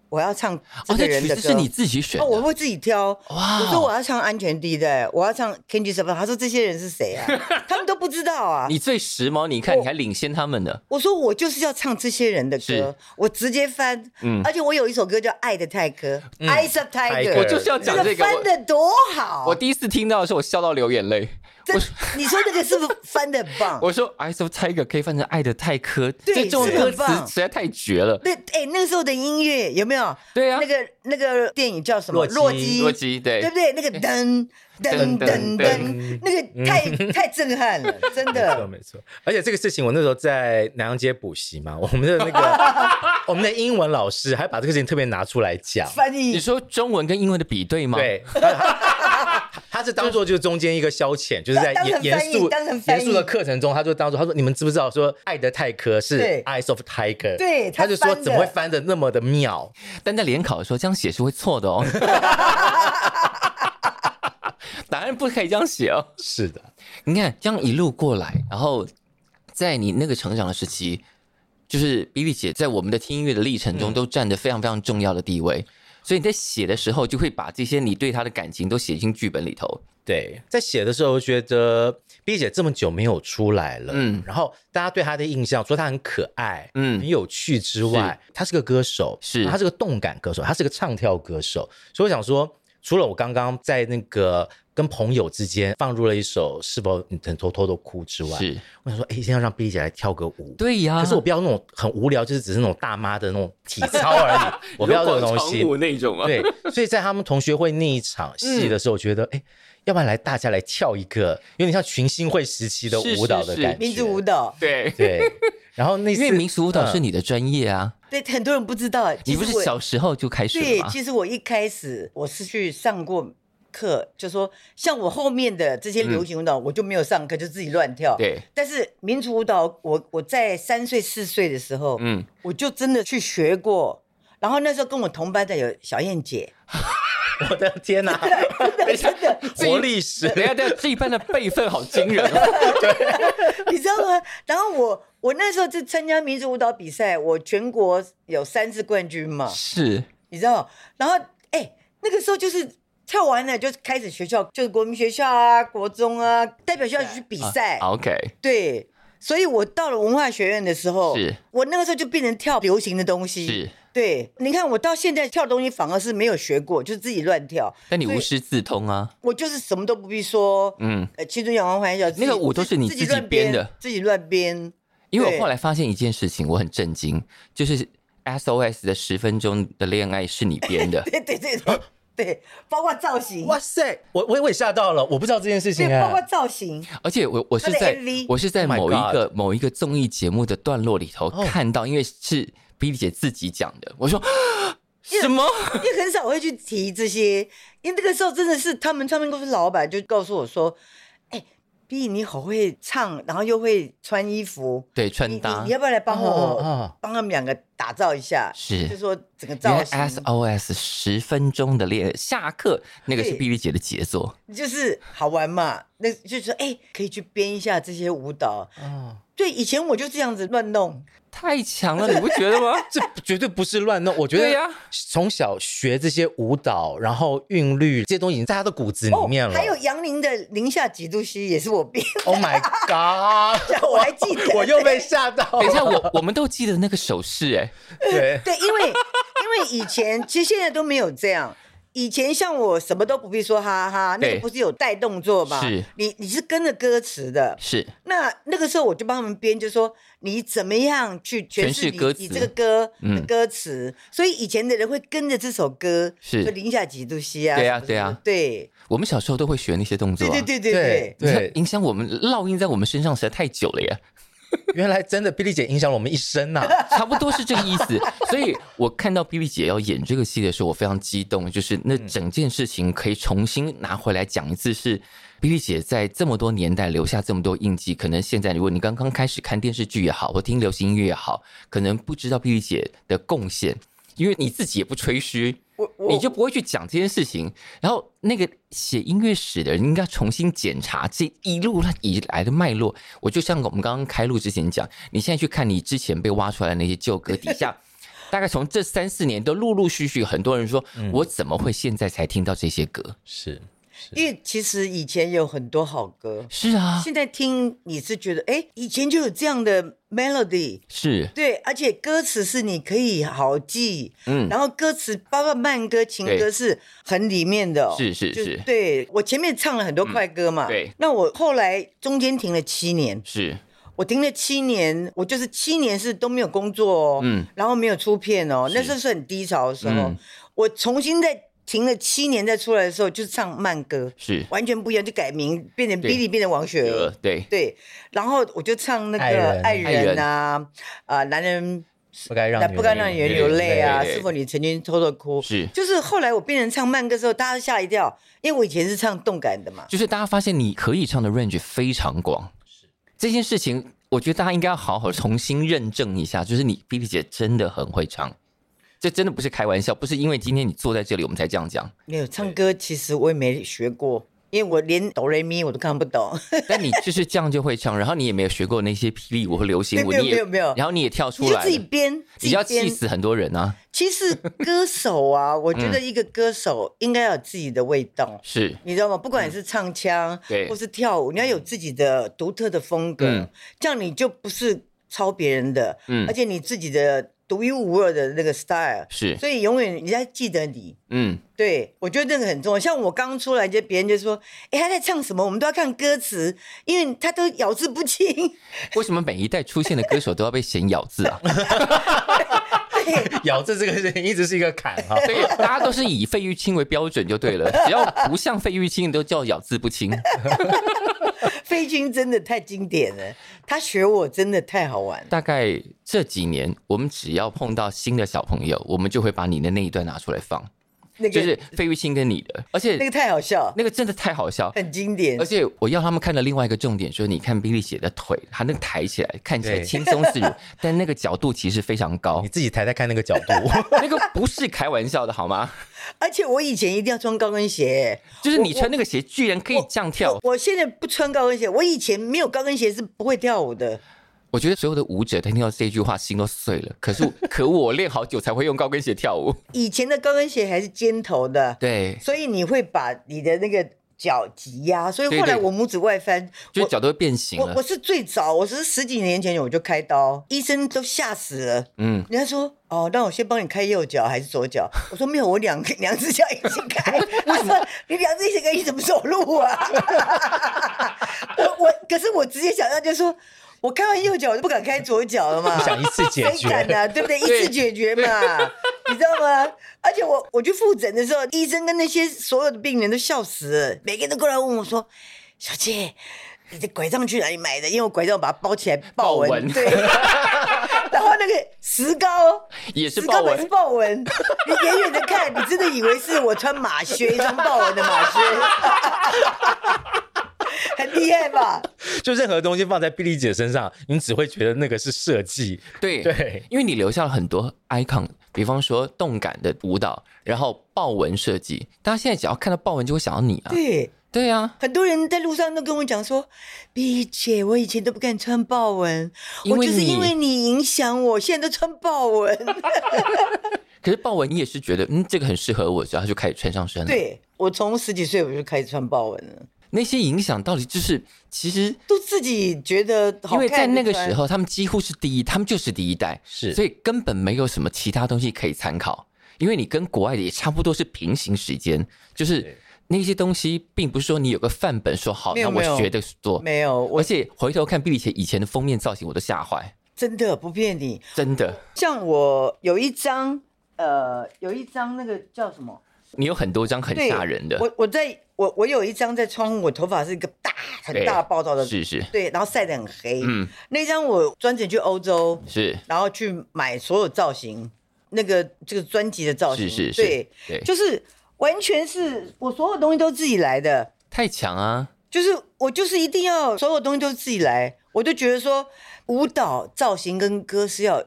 我要唱这
哦，
个
这
人
曲
的
子
歌。
是你自己选
哦，我
的，
会自己挑。
哇
我说我要唱安全地带，我要唱 Kenji s a b a 他说这些人是 谁啊？他们都不知道啊。
你最时髦，你看你还领先他们呢。
我说我就是要唱这些人的
是
歌，我直接翻。
嗯
而且我有一首歌叫《爱的泰戈》，Eyes of Tiger，
Tiger
我就是要讲
那
这个，
翻
我
的多好。
我第一次听到的时候，我笑到流眼泪。
这 你说那个是不是翻的棒？
我说《Eyes 哎 of Tiger》可以翻成《爱的泰科》，
对
这种
是
歌
很
词
棒
实在太绝了。
那哎、那个时候的音乐有没有？
对啊
那个那个电影叫什么？
洛
洛
基
基，
洛基对
对不对？那个噔
噔
噔
噔
噔噔，那个太太震撼 了，真
没错
的。
没错，而且这个事情我那时候在南洋街补习嘛，我们的那 个我们的英文老师还把这个事情特别拿出来讲，
翻
你
译
说中文跟英文的比对吗？，
对，他他是当做就是中间一个消遣，就是在
当成
严严
翻译
肃
当成翻
严
译
肃的课程中，他就当做他啊说你们知不知道说爱的泰科是
对
Eyes of Tiger，
对
他
他
就说
翻的
怎么会翻的那么的妙，
但在联考的时候这样写是会错的哦。 答案不可以这样写哦。
是的，
你看，这样一路过来，然后在你那个成长的时期，就是比利姐在我们的听音乐的历程
嗯
中都占着非常非常重要的地位。所以你在写的时候，就会把这些你对她的感情都写进剧本里头。
对，在写的时候觉得 B 姐这么久没有出来了，
嗯
嗯，然后大家对她的印象，除了她很可爱，嗯，
嗯
哎
很有趣之外，她是个歌手，
是
她是个动感歌手，她是个唱跳歌手，所以我想说，除了我刚刚在那个跟朋友之间放入了一首《是否你曾偷偷的哭》之外，
是，
我想说，哎，一定要让 B 姐来跳个舞，
对啊呀。
可是我不要那种很无聊，就是只是那种大妈的那种体操而 已，我不要这种东西。
那种啊。
对，所以在他们同学会那一场戏
嗯
的时候，我觉得哎、诶要不然来大家来跳一个有点像群星会时期的
是
舞蹈
是
的
是
感觉，
民族舞。蹈，
对，
对，然后那
因
次
为民俗舞蹈是
嗯
你的专业啊，
对很多人不知道。
你
其
不
实
是
我
小时候就开始
对
了，吗？
其实我一开始我是去上过课，就说像我后面的这些流行舞蹈，我就没有上课，就自己乱跳。。
嗯对，
但是民族舞蹈，我我在三岁四岁的时候，
嗯，
我就真的去学过。然后那时候跟我同班的有小 燕姐，
我的天哪、
真的，
活历史
等一下，等一下，这一班的辈分好惊人 哦，
你知道吗？然后我我那时候就参加民族舞蹈比赛，我全国有三次冠军嘛，
是
你知道？然后哎、那个时候就是跳完了就开始学校，就是国民学校啊、国中啊，代表学校去比赛，
啊，OK，
对。所以我到了文化学院的时候
是，
我那个时候就变成跳流行的东西。
是，
对，你看我到现在跳东西反而是没有学过，就自己乱跳。
但你
所以
无师自通啊，
我就是什么都不必说，
嗯，
呃，青春阳光欢笑，自己
那个舞都是你
自己
自己
乱
编的
自己乱编。
因为我
对，
后来发现一件事情，我很震惊，就是 SOS 的十分钟的恋爱是你编的
对对对 对对，包括造型，
哇塞，我我我也吓到了，我不知道这件事
对
情，
包括
哎、
造型，
而且我我是
他的
在
MV
我是在
Oh my
某一个某一个综艺节目的段落里头看到，因为是 B 姐自己讲的，我说啊什么？
因为很少会去提这些，因为那个时候真的是他们唱片公司老板就告诉我说：“哎、b 你好会唱，然后又会穿衣服，
对，
你
穿
你
搭
你要不要来帮我
哦哦
帮他们两个打造一下？”
是
就说整个造
原来
型
SOS 十分钟的恋下课，那个是
对
碧丽姐的杰作。
就是好玩嘛，那就是说哎、可以去编一下这些舞蹈。
哦，
对，以前我就这样子乱弄，
太强 了，你不觉得吗？
这绝对不是乱弄，我觉
对
得
呀
从小学这些舞蹈，然后韵律这些东西已经在他的骨子里面了。
哦还有杨林的《零下几度 C》也是我编
Oh my God！
的，我还记得。
我又被吓到
哦
等一下，
了。
我我们都记得那个手势，哎，
对，
对，因为因为以前其实现在都没有这样。以前像我什么都不必说哈哈，那
对
个不是有带动作吗？
是
你你是跟着歌词的。
是
那那个时候我就帮他们编，就说你怎么样去诠
诠释
释你
歌
你
词
这个歌的
嗯
歌词，所以以前的人会跟着这首歌，
是
就零下几度 C 啊，
对啊
什么什么
对啊
对
我们小时候都会学那些动作、
对
啊，
对对对
对
对，
你看影响我们烙印在我们身上实在太久了耶，
原来真的，碧丽姐影响了我们一生呐、
差不多是这个意思。所以我看到碧丽姐要演这个戏的时候，我非常激动，就是那整件事情可以重新拿回来讲一次是。碧丽姐在这么多年代留下这么多印记，可能现在如果你刚刚开始看电视剧也好，或听流行音乐也好，可能不知道碧丽姐的贡献，因为你自己也不吹嘘，
我我
你就不会去讲这件事情。然后那个写音乐史的人应该重新检查这一路以来的脉络。 我就像我们刚刚开录之前讲，你现在去看你之前被挖出来的那些旧歌底下。大概从这三四年都陆陆续续，很多人说、我怎么会现在才听到这些歌？
是
因为其实以前有很多好歌，
是啊，
现在听你是觉得，哎，以前就有这样的 melody，
是，
对，而且歌词是你可以好记，
嗯，
然后歌词包括慢歌、情
对
歌是很里面的哦、
是是
就是对我前面唱了很多快歌嘛，
嗯对
那我后来中间停了七年，
是，
我停了七年，我就是七年是都没有工作哦，
嗯
然后没有出片哦，
是
那时候是很低潮的时候，
嗯
我重新再停了七年再出来的时候，就是唱慢歌，
是，
完全不一样，就改名变成
对
Billy 变成王雪儿
呃，，对，
对，然后我就唱那
爱
个
人
爱人啊，啊，男人
不该让
那不该让人流泪啊！
对对对
是否你曾经偷偷哭？
是
就是后来我变成唱慢歌之后，大家吓一跳，因为我以前是唱动感的嘛。
就是大家发现你可以唱的 range 非常广，这件事情，我觉得大家应该要好好重新认证一下，就是你 B B 姐真的很会唱，这真的不是开玩笑，不是因为今天你坐在这里我们才这样 讲，
没有唱歌，其实我也没学过，因为我连哆来咪我都看 不懂。
但你就是这样就会唱，然后你也没有学过那些霹雳舞和流行舞，
对
你
没
也
有没有没有
然后你也跳
你
出
就
来
自己
了，
编，自
你
己
要气
编。
死很多人啊，
其实歌手啊，我觉
嗯
得一个歌手应该要有自己的味道，
是
你知道吗？不管是唱腔，
嗯对
或是跳舞，你要有自己的独特的风格，
嗯
这样你就不是抄别人的，
嗯
而且你自己的独一无二的那个 style，
是，
所以永远人家记得你。
嗯，
对，我觉得这个很重要。像我刚出来，就别人就说：“哎，他在唱什么？”我们都要看歌词，因为他都咬字不清。
为什么每一代出现的歌手都要被嫌咬字啊？
咬字这个事情一直是一个坎哈。
对，大家都是以费玉清为标准就对了，只要不像费玉清，都叫咬字不清。
飞君真的太经典了，他学我真的太好玩了。
大概这几年，我们只要碰到新的小朋友，我们就会把你的那一段拿出来放，
那个、
就是费玉清跟你的，而且
那个太好笑，
那个真的太好笑。
很经典
而。且我要他们看的另外一个重点就是，你看 Billy 姐的腿，她那个抬起来看起来
对
轻松 自如，但那个角度其实非常高
你，自己抬抬看那个角度，
那个不是开玩笑的好 吗？
而且我以前一定要穿高跟鞋，
就是你穿那个鞋居然可以这样跳，
我现在不穿高跟鞋。我以前没有高跟鞋是不会跳舞的。
我觉得所有的舞者他听到这句话心都碎了。可是可我练好久才会用高跟鞋跳 舞，
以前的高跟鞋还是尖头的，
对，
所以你会把你的那个脚挤压。所以后
对
来
对
我拇指外翻，
就是
我
脚都会变形
我
了
我。是最早，我是十几年前我就开刀，医生都吓死了。
嗯，
人家说哦，那我先帮你开右脚还是左脚？ 我说没有，我两两只脚一起 开。他说你两只一起开，你怎么走路啊？ 我我可是我直接想到就是说，我开完右脚我就不敢开左脚了嘛。
想一次解
谁敢
决。
啊，对不对？ 一次解决嘛，你知道吗？而且我我去复诊的时候，医生跟那些所有的病人都笑死了，每个人都过来问我说：“小姐，你的拐杖去哪里买的？”因为我拐杖把它包起来豹
豹纹
纹，对。然后那个石膏
也是
石
豹
膏
纹
本是 豹纹，你远远的看，你真的以为是我穿马靴，一双豹纹的马靴， 很厉害吧？
就任何东西放在碧丽姐身上，你只会觉得那个是设计。
对
对，
因为你留下了很多 icon，比方说动感的舞蹈，然后豹纹设计，大家现在只要看到豹纹就会想到你啊，
对。
对啊，
很多人在路上都跟我讲说：“B 姐，我以前都不敢穿豹纹，
因
我
为
就是
你
因为你影响我，现在都穿豹纹。
可是豹纹你也是觉得嗯这个很适合我，然后就开始穿上身了。，
对我从十几岁我就开始穿豹纹了，
那些影响到底就是其实。
都自己觉得好
因为
看。
在那个
就穿
时，候，他们几乎是第一，他们就是第一代，
是
所以根本没有什么其他东西可以参考，因为你跟国外的也差不多是平行时间，就是那些东西，并不是说你有个范本说好，
没
那
有
我
没有
学的做，
没有，
而
我
且回头看碧丽姐以前的封面造型，我都吓坏，
真的不骗你。
真的，
像我有一张，呃，有一张那个叫什么？
你有很多张很
对
吓人的，
我我在我我有一张在窗户，我头发是一个大很大
对
爆炸的，
是是，
对，然后晒得很黑。
嗯，
那张我专程去欧洲，
是
然后去买所有造型，那个这个专辑的造型，
是是是，
对，
对，
就是完全是我所有东西都自己来的，
太强啊，
就是我就是一定要所有东西都自己来，我就觉得说舞蹈、造型跟歌是要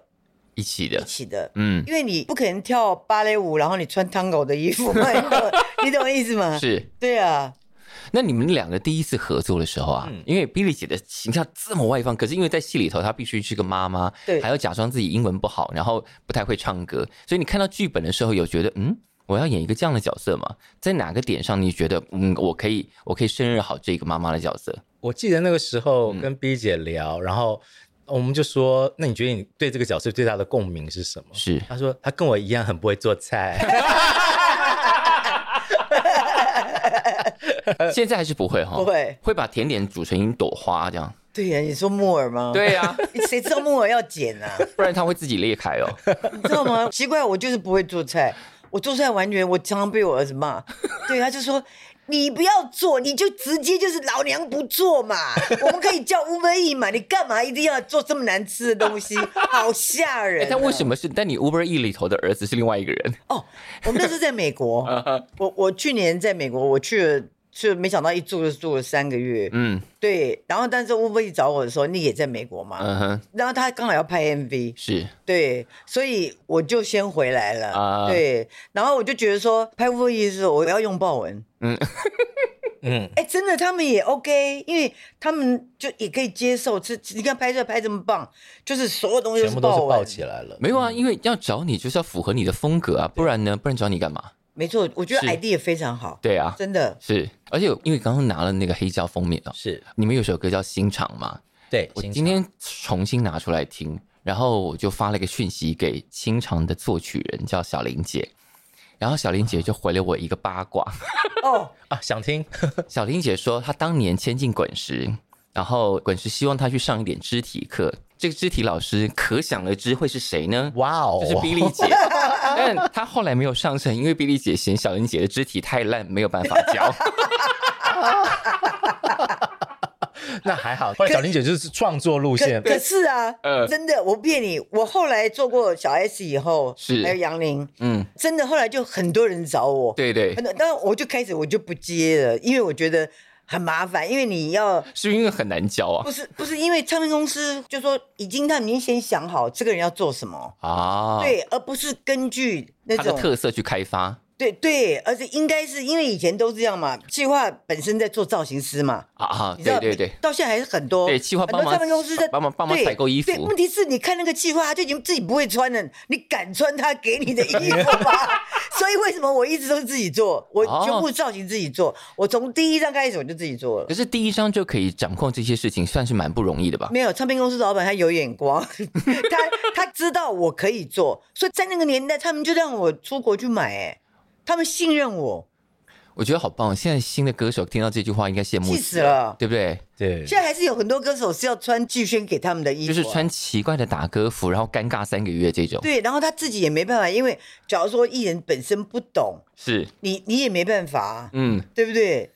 一起
一
的，
起的。
嗯，
因为你不可能跳芭蕾舞，然后你穿 tango 的衣服嘛，你懂你懂我意思 吗？
是。
对啊，
那你们两个第一次合作的时候啊，
嗯
因为 Billy 姐的形象这么外放，可是因为在戏里头她必须是个妈妈，
对
还要假装自己英文不好，然后不太会唱歌，所以你看到剧本的时候有觉得嗯。我要演一个这样的角色吗？在哪个点上你觉得嗯，我可以，我可以胜任好这个妈妈的角色？
我记得那个时
嗯
候跟 B 姐聊，然后我们就说，那你觉得你对这个角色最大的共鸣是什么？
是
她说她跟我一样很不会做 菜，
现在还是不会哈，
呃不会
会把甜点煮成一朵花这样。
对呀、你说木耳吗？，
对呀、
谁知道木耳要剪啊？
不然它会自己裂开哦。
你知道吗？奇怪，我就是不会做菜，我做菜完全，我常常被我儿子骂。对，他就说你不要做，你就直接就是老娘不做嘛，我们可以叫乌龟意嘛，你干嘛一定要做这么难吃的东西？好吓人、啊
哎但为什么是？但你 Uber E 里头的儿子是另外一个人，
哦，我们那时候在美 国，
嗯
我我去年在美国，我去了，就没想到一住就住了三个月。
嗯
对，然后但是乌龟一找我的时候，你也在美国嘛，
嗯哼，
然后他刚好要拍 MV，
是
对，所以我就先回来了。
啊
对，然后我就觉得说，拍乌龟的时候我要用豹纹。
嗯，
哎，真的，他们也 OK，因为他们就也可以接受。这你看拍摄拍这么棒，就是所有东西都
全
是
部都是
豹
抱
纹。
起来了。
没有啊，因为要找你就是要符合你的风格啊，不然呢，不然找你干嘛？
没错，我觉得
是
ID 也非常好，
对啊，
真的。
是，而且因为刚刚拿了那个黑胶封面哦，
是
你们有首歌叫《心肠》嘛，
对，
我
欣赏
今天重新拿出来听，然后我就发了一个讯息给《心肠》的作曲人叫小林姐，然后小林姐就回了我一个八卦。
哦，
啊，想听
小林姐说，她当年签进滚石，然后滚石希望她去上一点肢体课。这个肢体老师可想而知会是谁呢？
哇哦，
就是比利 姐，但她后来没有上成，因为比利姐嫌小林姐的肢体太烂，没有办法 教。
那还好，后来小林姐就是创作路线
可，可是啊，
呃
真的，我不骗你，我后来做过小 S 以后，
是
还有杨林，
嗯，
真的后来就很多人找我，
对对
很，多，但我就开始我就不接了，因为我觉得很麻烦，因为你要
是因为很难教啊
不是不是因为唱片公司就说已经他们已经先想好这个人要做什么。
啊，，
对，而不是根据那
她的
种
特色去开发
对对，而是应该是因为以前都是这样嘛，计划本身在做造型师嘛，
啊啊，
你知道
对对对，
到现在还是很多
对企划
很
帮
多
忙
唱片公司在
帮忙帮忙
对
采购衣服
对，问题是你看那个企划，他就已经自己不会穿了，你敢穿他给你的衣服 吗？所以为什么我一直都是自己做，我
哦
全部造型自己做，我从第一张开始我就自己做了
可。是第一章就可以掌控这些事情，算是蛮不容易的吧？
没有，唱片公司老板他有眼光， 他他知道我可以做，所以在那个年代，他们就让我出国去买、哎，他们信任我，
我觉得好棒！现在新的歌手听到这句话应该羡慕
气死了
对不对？
对，
现在还是有很多歌手是要穿季轩给他们的衣服、
就
啊
是。穿奇怪的打歌服，然后尴尬三个月这种。
对，然后他自己也没办法，因为假如说艺人本身不懂，
是，
你你也没办法啊、
嗯，
对不对？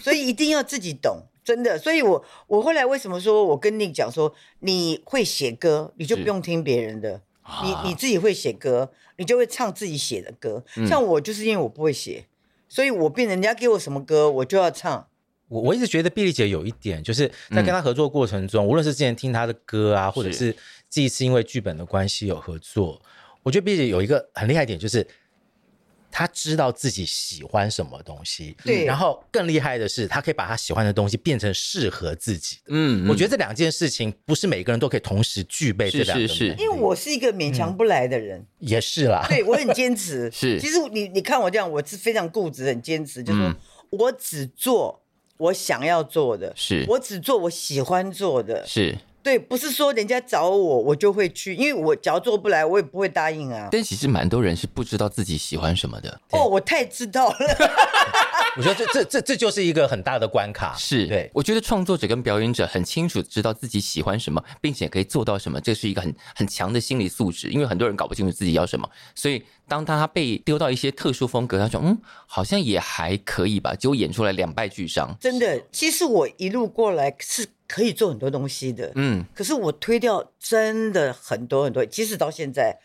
所以一定要自己懂，真的。所以我我后来为什么说我跟你讲说，你会写歌，你就不用听别人的，你
啊
你自己会写歌，你就会唱自己写的歌。
嗯
像我就是因为我不会写，所以我变人家给我什么歌，我就要唱。
我我一直觉得碧丽姐有一点，就是在跟她
嗯
合作过程中，无论是之前听她的歌啊，或者是这一次因为剧本的关系有合作，我觉得碧丽姐有一个很厉害的点，就是她知道自己喜欢什么东西，
对
然后更厉害的是，她可以把她喜欢的东西变成适合自己的。
嗯，
我觉
得
得这两件事情不是每个人都可以同时具备这
是
两个能力，
是是
因为我是一个勉强不来的人，
也是啦，
对我很坚持。
嗯 是
其实你你看我这样，我是非常固执，很坚持，就是说
嗯
我只做我想要做的，
是
我只做我喜欢做的。
是，
对，不是说人家找我我就会去，因为我只要做不来，我也不会答应啊。
但其实蛮多人是不知道自己喜欢什么的。
哦，我太知道了，
我觉得这这这这就是一个很大的关卡，
是，
对。
我觉得创作者跟表演者很清楚知道自己喜欢什么，并且可以做到什么，这是一个很很强的心理素质。因为很多人搞不清楚自己要什么，所以当他被丢到一些特殊风格，他说：“嗯，好像也还可以吧。”结果演出来两败俱伤。
真的。其实我一路过来是可以做很多东西的，
嗯，
可是我推掉真的很多很多，即使到现在，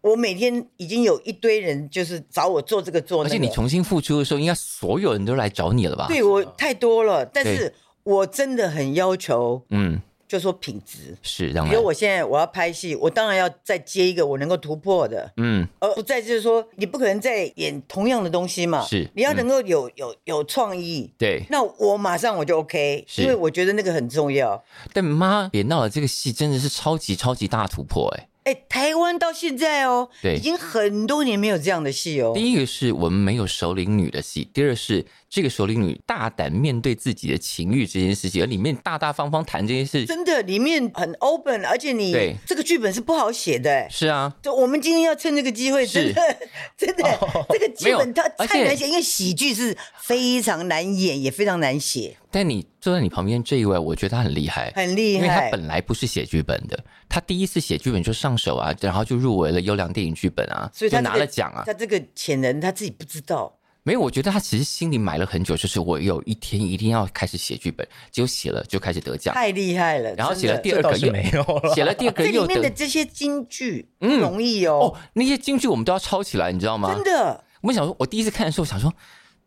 我每天已经有一堆人就是找我做这个做
而
那个，
且你重新复出的时候，应该所有人都来找你了吧？
对我太多了，但是我真的很要求，
嗯，
就说品质。
是当
比如
然，
我现在我要拍戏，我当然要再接一个我能够突破的，
嗯，
而不再就是说你不可能再演同样的东西嘛。
是
你要
嗯
能够有、有有创意。
对。
那我马上我就 OK，
是
因为我觉得那个很重要。
但妈别闹了，这个戏真的是超级超级大突破哎、
哎，台湾到现在哦，
对
已经很多年没有这样的戏哦。
第一个是我们没有首领女的戏，第二是这个首领女大胆面对自己的情欲这件事情，而里面大大方方谈这件事，
真的里面很 open，而且
对
你这个剧本是不好写的、哎
是啊，
就我们今天要趁这个机会，
是哦
真的 真的，这个剧
没有
本它
而且
太难写，因为喜剧是非常难演，也非常难写，
但你坐在你旁边这一位，我觉得他很厉害，
很厉
因为他
害。
本来不是写剧本的，他第一次写剧本就上手啊，然后就入围了优良电影剧本啊，
所以他
就
这个
拿了奖啊。
他这个潜人他自己不知道，
没有，我觉得他其实心里埋了很久，就是我有一天一定要开始写剧本，结果写了就开始得奖，
太厉害了。
啊然后
真
写了
的
第二个
这倒是
又
没有了
写了第二个
这
又
里面的
得
这些金句不容易哦
哦，，那些京剧我们都要抄起来，你知道吗
真？的。
我们想说，我第一次看的时候想说。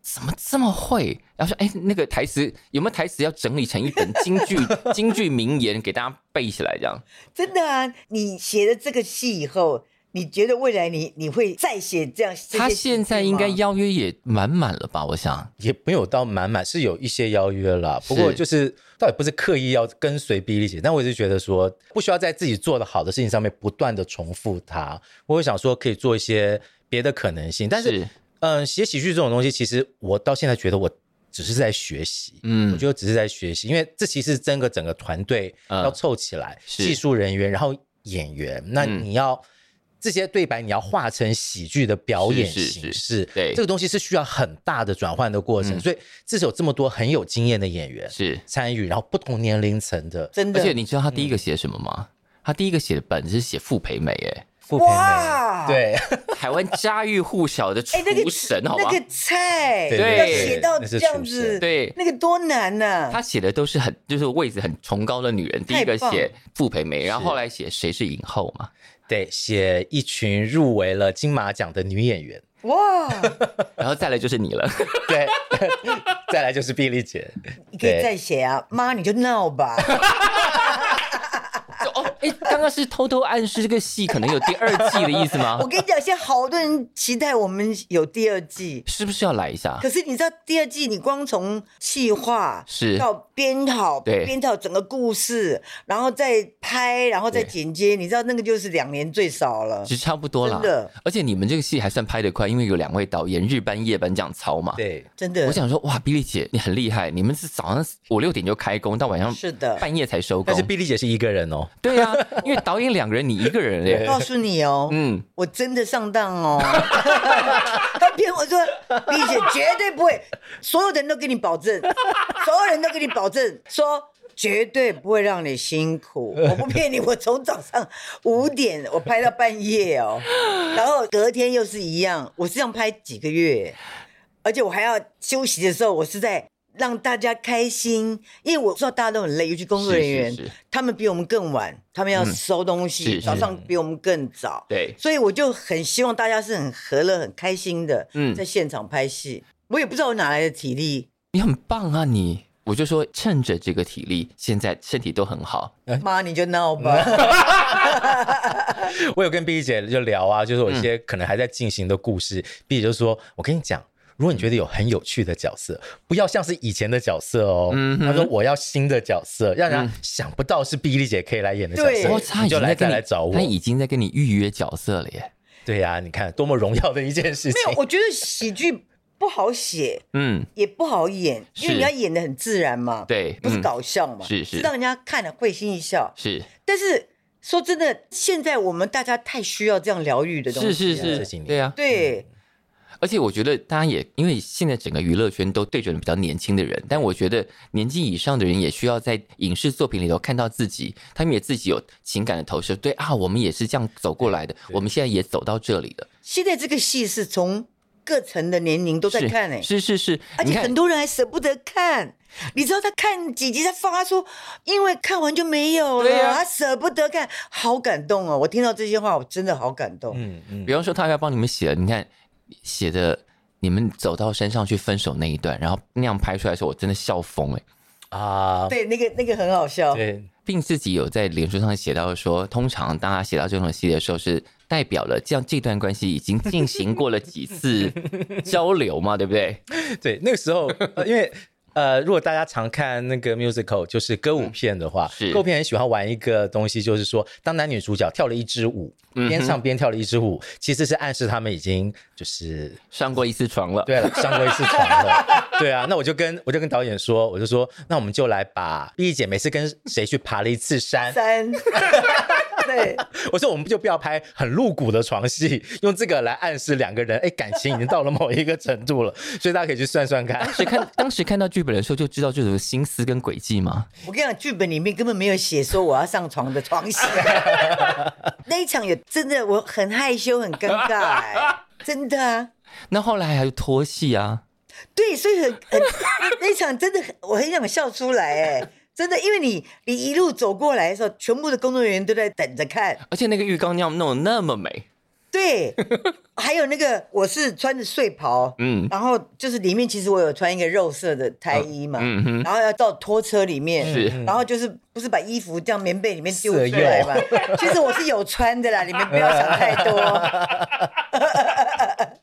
怎么这么会？然后说，哎，那个台词有没有台词要整理成一本京 剧京剧名言给大家背起来？这样
真的啊！你写了这个戏以后，你觉得未来你你会再写这样？这些
他
戏剧
现在应该
吗
邀约也满满了吧？我想，
也没有到满满，是有一些邀约啦。不过就是倒也不是刻意要跟随比利姐，但我是觉得说，不需要在自己做的好的事情上面不断的重复它。我会想说，可以做一些别的可能性。但是，
是
嗯、写喜剧这种东西，其实我到现在觉得我只是在学习。我
嗯，
觉得只是在学习，因为这其实整个整个团队
嗯
要凑起来，
是
技术人员，然后演员，那
嗯
你要、这些对白你要化成喜剧的表演
是是
形式，
是对
这个东西是需要很大的转换的过程，
嗯
所以至少有这么多很有经验的演员
是。
参与，然后不同年龄层的
真的，嗯
而且你知道他第一个写什么吗？他第一个写的本子是写傅培梅，哎，
傅培梅，
哇，
对，
台湾家喻户晓的厨
哎，那个
神，好吧
那？个菜
对
对
要写到
那是
这
厨
样
神
子，
对
那个多难呐！
他写的都是很就是位置很崇高的女人。第一个
太棒
写傅培梅，然后后来写谁是影后嘛？
对，写一群入围了金马奖的女演员，
哇，
然后再来就是你了。
对，再来就是碧丽姐，
你可以
对
再写啊，妈你就 闹吧，
就哦，哎，刚刚是偷偷暗示这个戏可能有第二季的意思吗
我？跟你讲，现在好多人期待我们有第二季。
是不是要来一下
可？是你知道第二季，你光从企划
是
到编好，
对
编好整个故事，然后再拍，然后再
对
剪接，你知道那个就是两年最少了
其。实差不多啦
真的。
而且你们这个戏还算拍得快，因为有两位导演日班夜班这样操嘛。
对，
真的，
我想说，哇，比利姐你很厉害，你们是早上五六点就开工，到晚上
是的
半夜才收工
但是。碧丽姐是一个人哦，
对啊，因为导演两个人，你一个 人
对
嘞。
告诉你哦，
嗯，
我真的上当哦。 他骗我说，李姐绝对不会，所有的人都给你保证，所有人都给你保证说。绝对不会让你辛苦，我不骗你，我从早上五点我拍到半夜哦，然后隔天又是一样，我是这样拍几个月，而且我还要休息的时候，我是在让大家开心，因为我知道大家都很累，尤其工作
是
人员，
是是
他们比我们更晚，他们要
嗯
收东
是
西，
是
早上比我们更早，
对，
所以我就很希望大家是很和乐、很开心的，
嗯
在现场拍戏。我也不知道我哪来的体力，
你很棒啊你。我就说，趁着这个体力，现在身体都很好，
妈你就 闹吧。
我有跟 B 姐就聊啊，就是我一
嗯
些可能还在进行的故事、b 姐就说：“我跟你讲，如果你觉得有很有趣的角色，不要像是以前的角色哦。
嗯哼
她说：“我要新的角色，让人家想不到是 B 莉姐可以来演的角
对
我
色，
差
你
已
就
经
来
在跟
再
你
来找我。
他已经在跟你预约角色了耶。
对呀、你看多么荣耀的一件事情。
没有，我觉得喜剧不好写，
嗯，
也不好演，因
是
为你要演的很自然嘛，，
对，
不是
嗯
搞笑嘛，
是是
让人家看了会心一笑。
是
但是说真的，现在我们大家太需要这样疗愈的东西
是
了，
是
这
是
几，年
对啊。
对，
而且我觉得大家也因为现在整个娱乐圈都对准了比较年轻的人，但我觉得年纪以上的人也需要在影视作品里头看到自己，他们也自己有情感的投射。对啊，我们也是这样走过来的，我们现在也走到这里了。
现在这个戏是从各层的年龄都在
是
看哎、
是是是，
而
你
且
看
很多人还舍不得看。你知道他看几集，他发说，因为看完就没有了，
对啊
他舍不得看，好感动哦！我听到这些话，我真的好感动。
嗯嗯，
比方说他要帮你们写了，你看写的你们走到山上去分手那一段，然后那样拍出来的时候，我真的笑疯哎、
啊，
对，那个那个很好笑，
对，
并自己有在脸书上写到说，通常大家写到这种戏的时候，是代表了这样这段关系已经进行过了几次交流嘛，对不对？
对，那个时候、呃因为呃，如果大家常看那个 musical，就是歌舞片的话，
是
歌舞片很喜欢玩一个东西，就是说，当男女主角跳了一支舞，边唱边跳了一支舞，其实是暗示他们已经就是
上过一次床了，
对了，上过一次床了。 对啊，那我就跟我就跟导演说，我就说，那我们就来把丽丽姐每次跟谁去爬了一次山，
三， 对，
我说我们就不要拍很露骨的床戏，用这个来暗示两个人，哎，感情已经到了某一个程度了，所以大家可以去算算看
当。时看当时看到剧本的时候，就知道这种心思跟诡计吗？
我跟你讲，剧本里面根本没有写说我要上床的床 戏。那一场有真的，我很害羞，很尴尬、哎真的啊。
那后来还有拖戏啊，
对，所以很 很那一场真的很，我很想笑出来哎、真的，因为你你一路走过来的时候，全部的工作人员都在等着看。
而且那个浴缸尿弄得那么美，
对，还有那个我是穿着睡袍，
嗯
然后就是里面其实我有穿一个肉色的胎衣嘛，
嗯哼，
然后要到拖车里面，
是
然后就是不是把衣服这样棉被里面丢出来嘛？其实我是有穿的啦，你们不要想太多。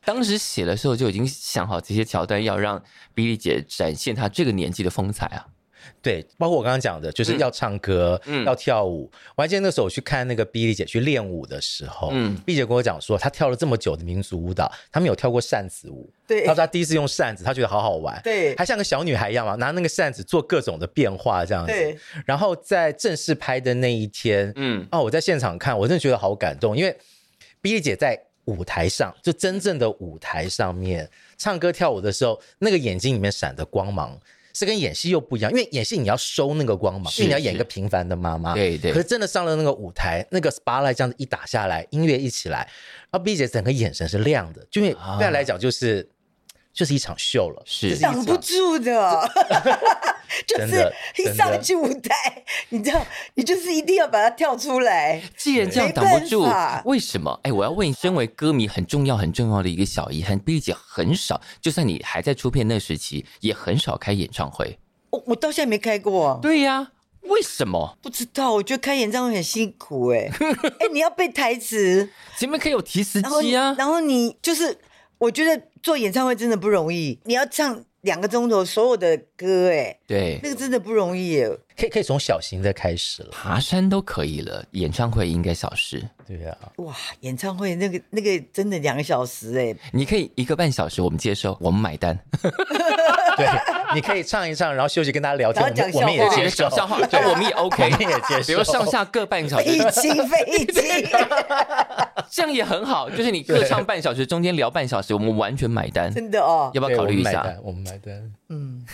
当时写的时候就已经想好这些桥段，要让比利姐展现她这个年纪的风采啊。
对，包括我刚刚讲的，就是要唱歌，
嗯
要跳舞。我还记得那时候我去看那个 b 莉姐去练舞的时候，
嗯
嗯，丽姐跟我讲说，她跳了这么久的民族舞蹈，她们有跳过扇子舞。
对
她说她第一次用扇子，她觉得好好玩，
对
还像个小女孩一样嘛，拿那个扇子做各种的变化这样子
对。
然后在正式拍的那一天，
嗯，
哦，我在现场看，我真的觉得好感动，因为 B 莉姐在舞台上，就真正的舞台上面唱歌跳舞的时候，那个眼睛里面闪的光芒。是跟演戏又不一样，因为演戏你要收那个光芒，因为你要演一个平凡的妈妈。
啊对对
可是真的上了那个舞台，那个 spotlight 这样子一打下来，音乐一起来，然后 B 姐整个眼神是亮的，就因为
啊
对她来讲就是、就是一场秀了，就
是
是一
挡
场
不住的，就
真
是
的
一上去舞台，你知道，你就是一定要把它跳出来。
既然这样挡不住
没办法，
为什么？哎，我要问，身为歌迷很重要很重要的一个小遗憾，比利姐很少，就算你还在出片那时期，也很少开演唱会。
我我到现在没开过，
对呀、为什么？
不知道，我觉得开演唱会很辛苦 哎、哎、你要背台词，
前面可以有提词
然后
机啊。
然后你就是，我觉得做演唱会真的不容易，你要唱两个钟头所有的歌哎、
对
那，个真的不容易哎、
可以可以从小型的开始了，
爬山都可以了，演唱会应该小事。
对啊，
哇，演唱会那个那个真的两个小时哎、
你可以一个半小时，我们接受，我们买单。
对，你可以唱一唱，然后休息跟大家聊天，我
然后讲
们我们也
笑话
接
接
受
受，笑话，对，我们也 OK，
我 们也接受
比如上下各半小
一
时，
清非一清，
这样也很好。就是你各唱半小时，中间聊半小时，我们完全买单。
真的哦，
要不要
对
考虑一
我们买
下？
单我们买单，
嗯，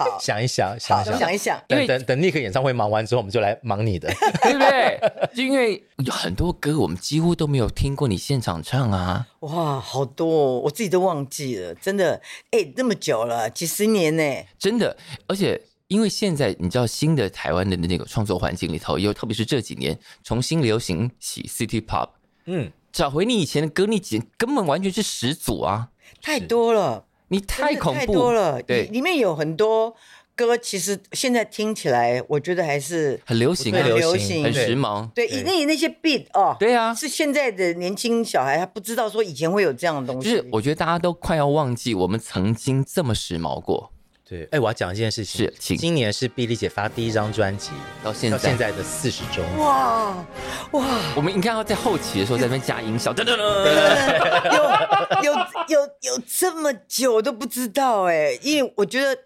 好，
想一想，想
好，
一想，
想一想，
因为
等等等 Nick 演唱会忙完之后，我们就来忙你 的。
对不对？就因为有很多歌我们几乎都没有听过你现场唱啊。
哇，好多、哦，我自己都忘记了，真的，哎、这么久了，几十年呢、
真的，而且因为现在你知道新的台湾的那个创作环境里头，又特别是这几年重新流行起 City Pop，
嗯，
找回你以前的歌，你以前根本完全是始祖啊！
太多了，
你
真的
太恐怖
太多了，
对
里里面有很多歌，其实现在听起来，我觉得还是
很流行啊，
很流行
很
对
时髦。
对，
对
那那些 beat 哦，
对啊，
是现在的年轻小孩，他不知道说以前会有这样的东
就
西，
是我觉得大家都快要忘记我们曾经这么时髦过，
对。哎，我要讲一件事情，
是请
今年是碧丽姐发第一张专辑
到现
到
在，
现在的四十周年，
哇哇。
我们应该要在后期的时候在那边加音效，噔噔噔。
有有有有这么久都不知道哎、因为我觉得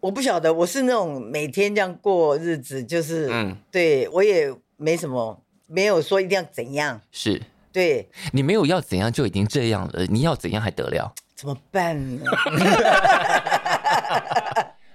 我不晓得，我是那种每天这样过日子，就是
嗯
嗯，对我也没什么，没有说一定要怎样，
是
对，
你没有要怎样就已经这样了，你要怎样还得了？
怎么办呢？